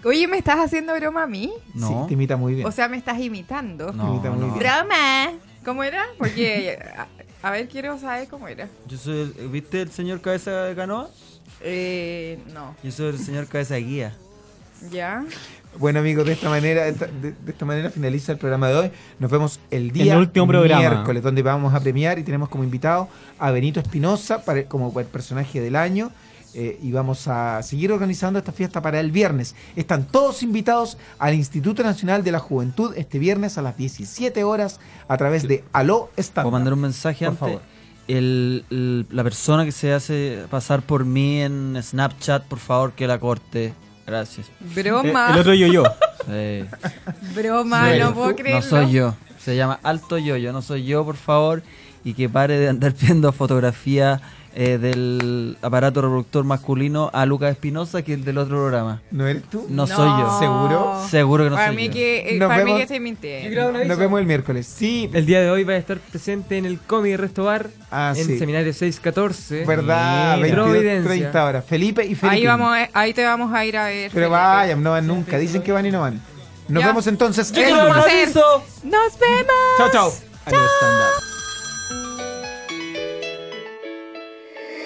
Oye, ¿me estás haciendo broma a mí? Sí, te imita muy bien. O sea, ¿me estás imitando? te imita muy bien. Broma. ¿Cómo era? Porque, a, a ver, quiero saber cómo era. Yo soy el- ¿Viste el señor cabeza de canoa? Eh, no. Yo soy el señor cabeza de guía. ¿Ya? Bueno, amigos, de esta manera esta- de, de esta manera finaliza el programa de hoy. Nos vemos el día En el último programa. miércoles, donde vamos a premiar y tenemos como invitado a Benito Espinosa para- como el personaje del año. eh, y vamos a seguir organizando esta fiesta para el viernes. Están todos invitados al Instituto Nacional de la Juventud este viernes a las 17 horas a través de Aló Stand. Puedo mandar un mensaje Por antes. favor. El- el- la persona que se hace pasar por mí en Snapchat, por favor, que la corte. Gracias. Eh, Broma. El otro yo yo. Sí. Broma, Eh, Sí. no puedo creerlo. No soy yo. Se llama Alto Yo. Yo no soy yo, por favor. Y que pare de andar viendo fotografías eh, del aparato reproductor masculino a Lucas Espinosa, que es el del otro programa. ¿No eres tú? No, soy yo. ¿Seguro? Seguro que no para soy mí yo. Que, eh, Nos para mí vemos. que estoy mintiendo. Nos vemos el miércoles. Sí, El día de hoy va a estar presente en el Comi Resto Bar, Ah, en sí. Seminario 614. verdad, 22, Mira. Providencia. 30 horas. Felipe y Felipe. Ahí, vamos a- ahí te vamos a ir a ver. Pero Felipe. vayan, no van nunca. Dicen que van y no van. Nos Ya. vemos entonces. ¿Qué el vamos a lunes. hacer? Nos vemos. Chao, chao.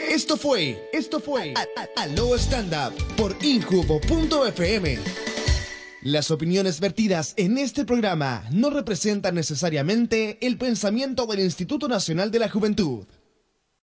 Esto fue, esto fue A- A- Aló Stand Up por Injubo.fm. Las opiniones vertidas en este programa no representan necesariamente el pensamiento del Instituto Nacional de la Juventud.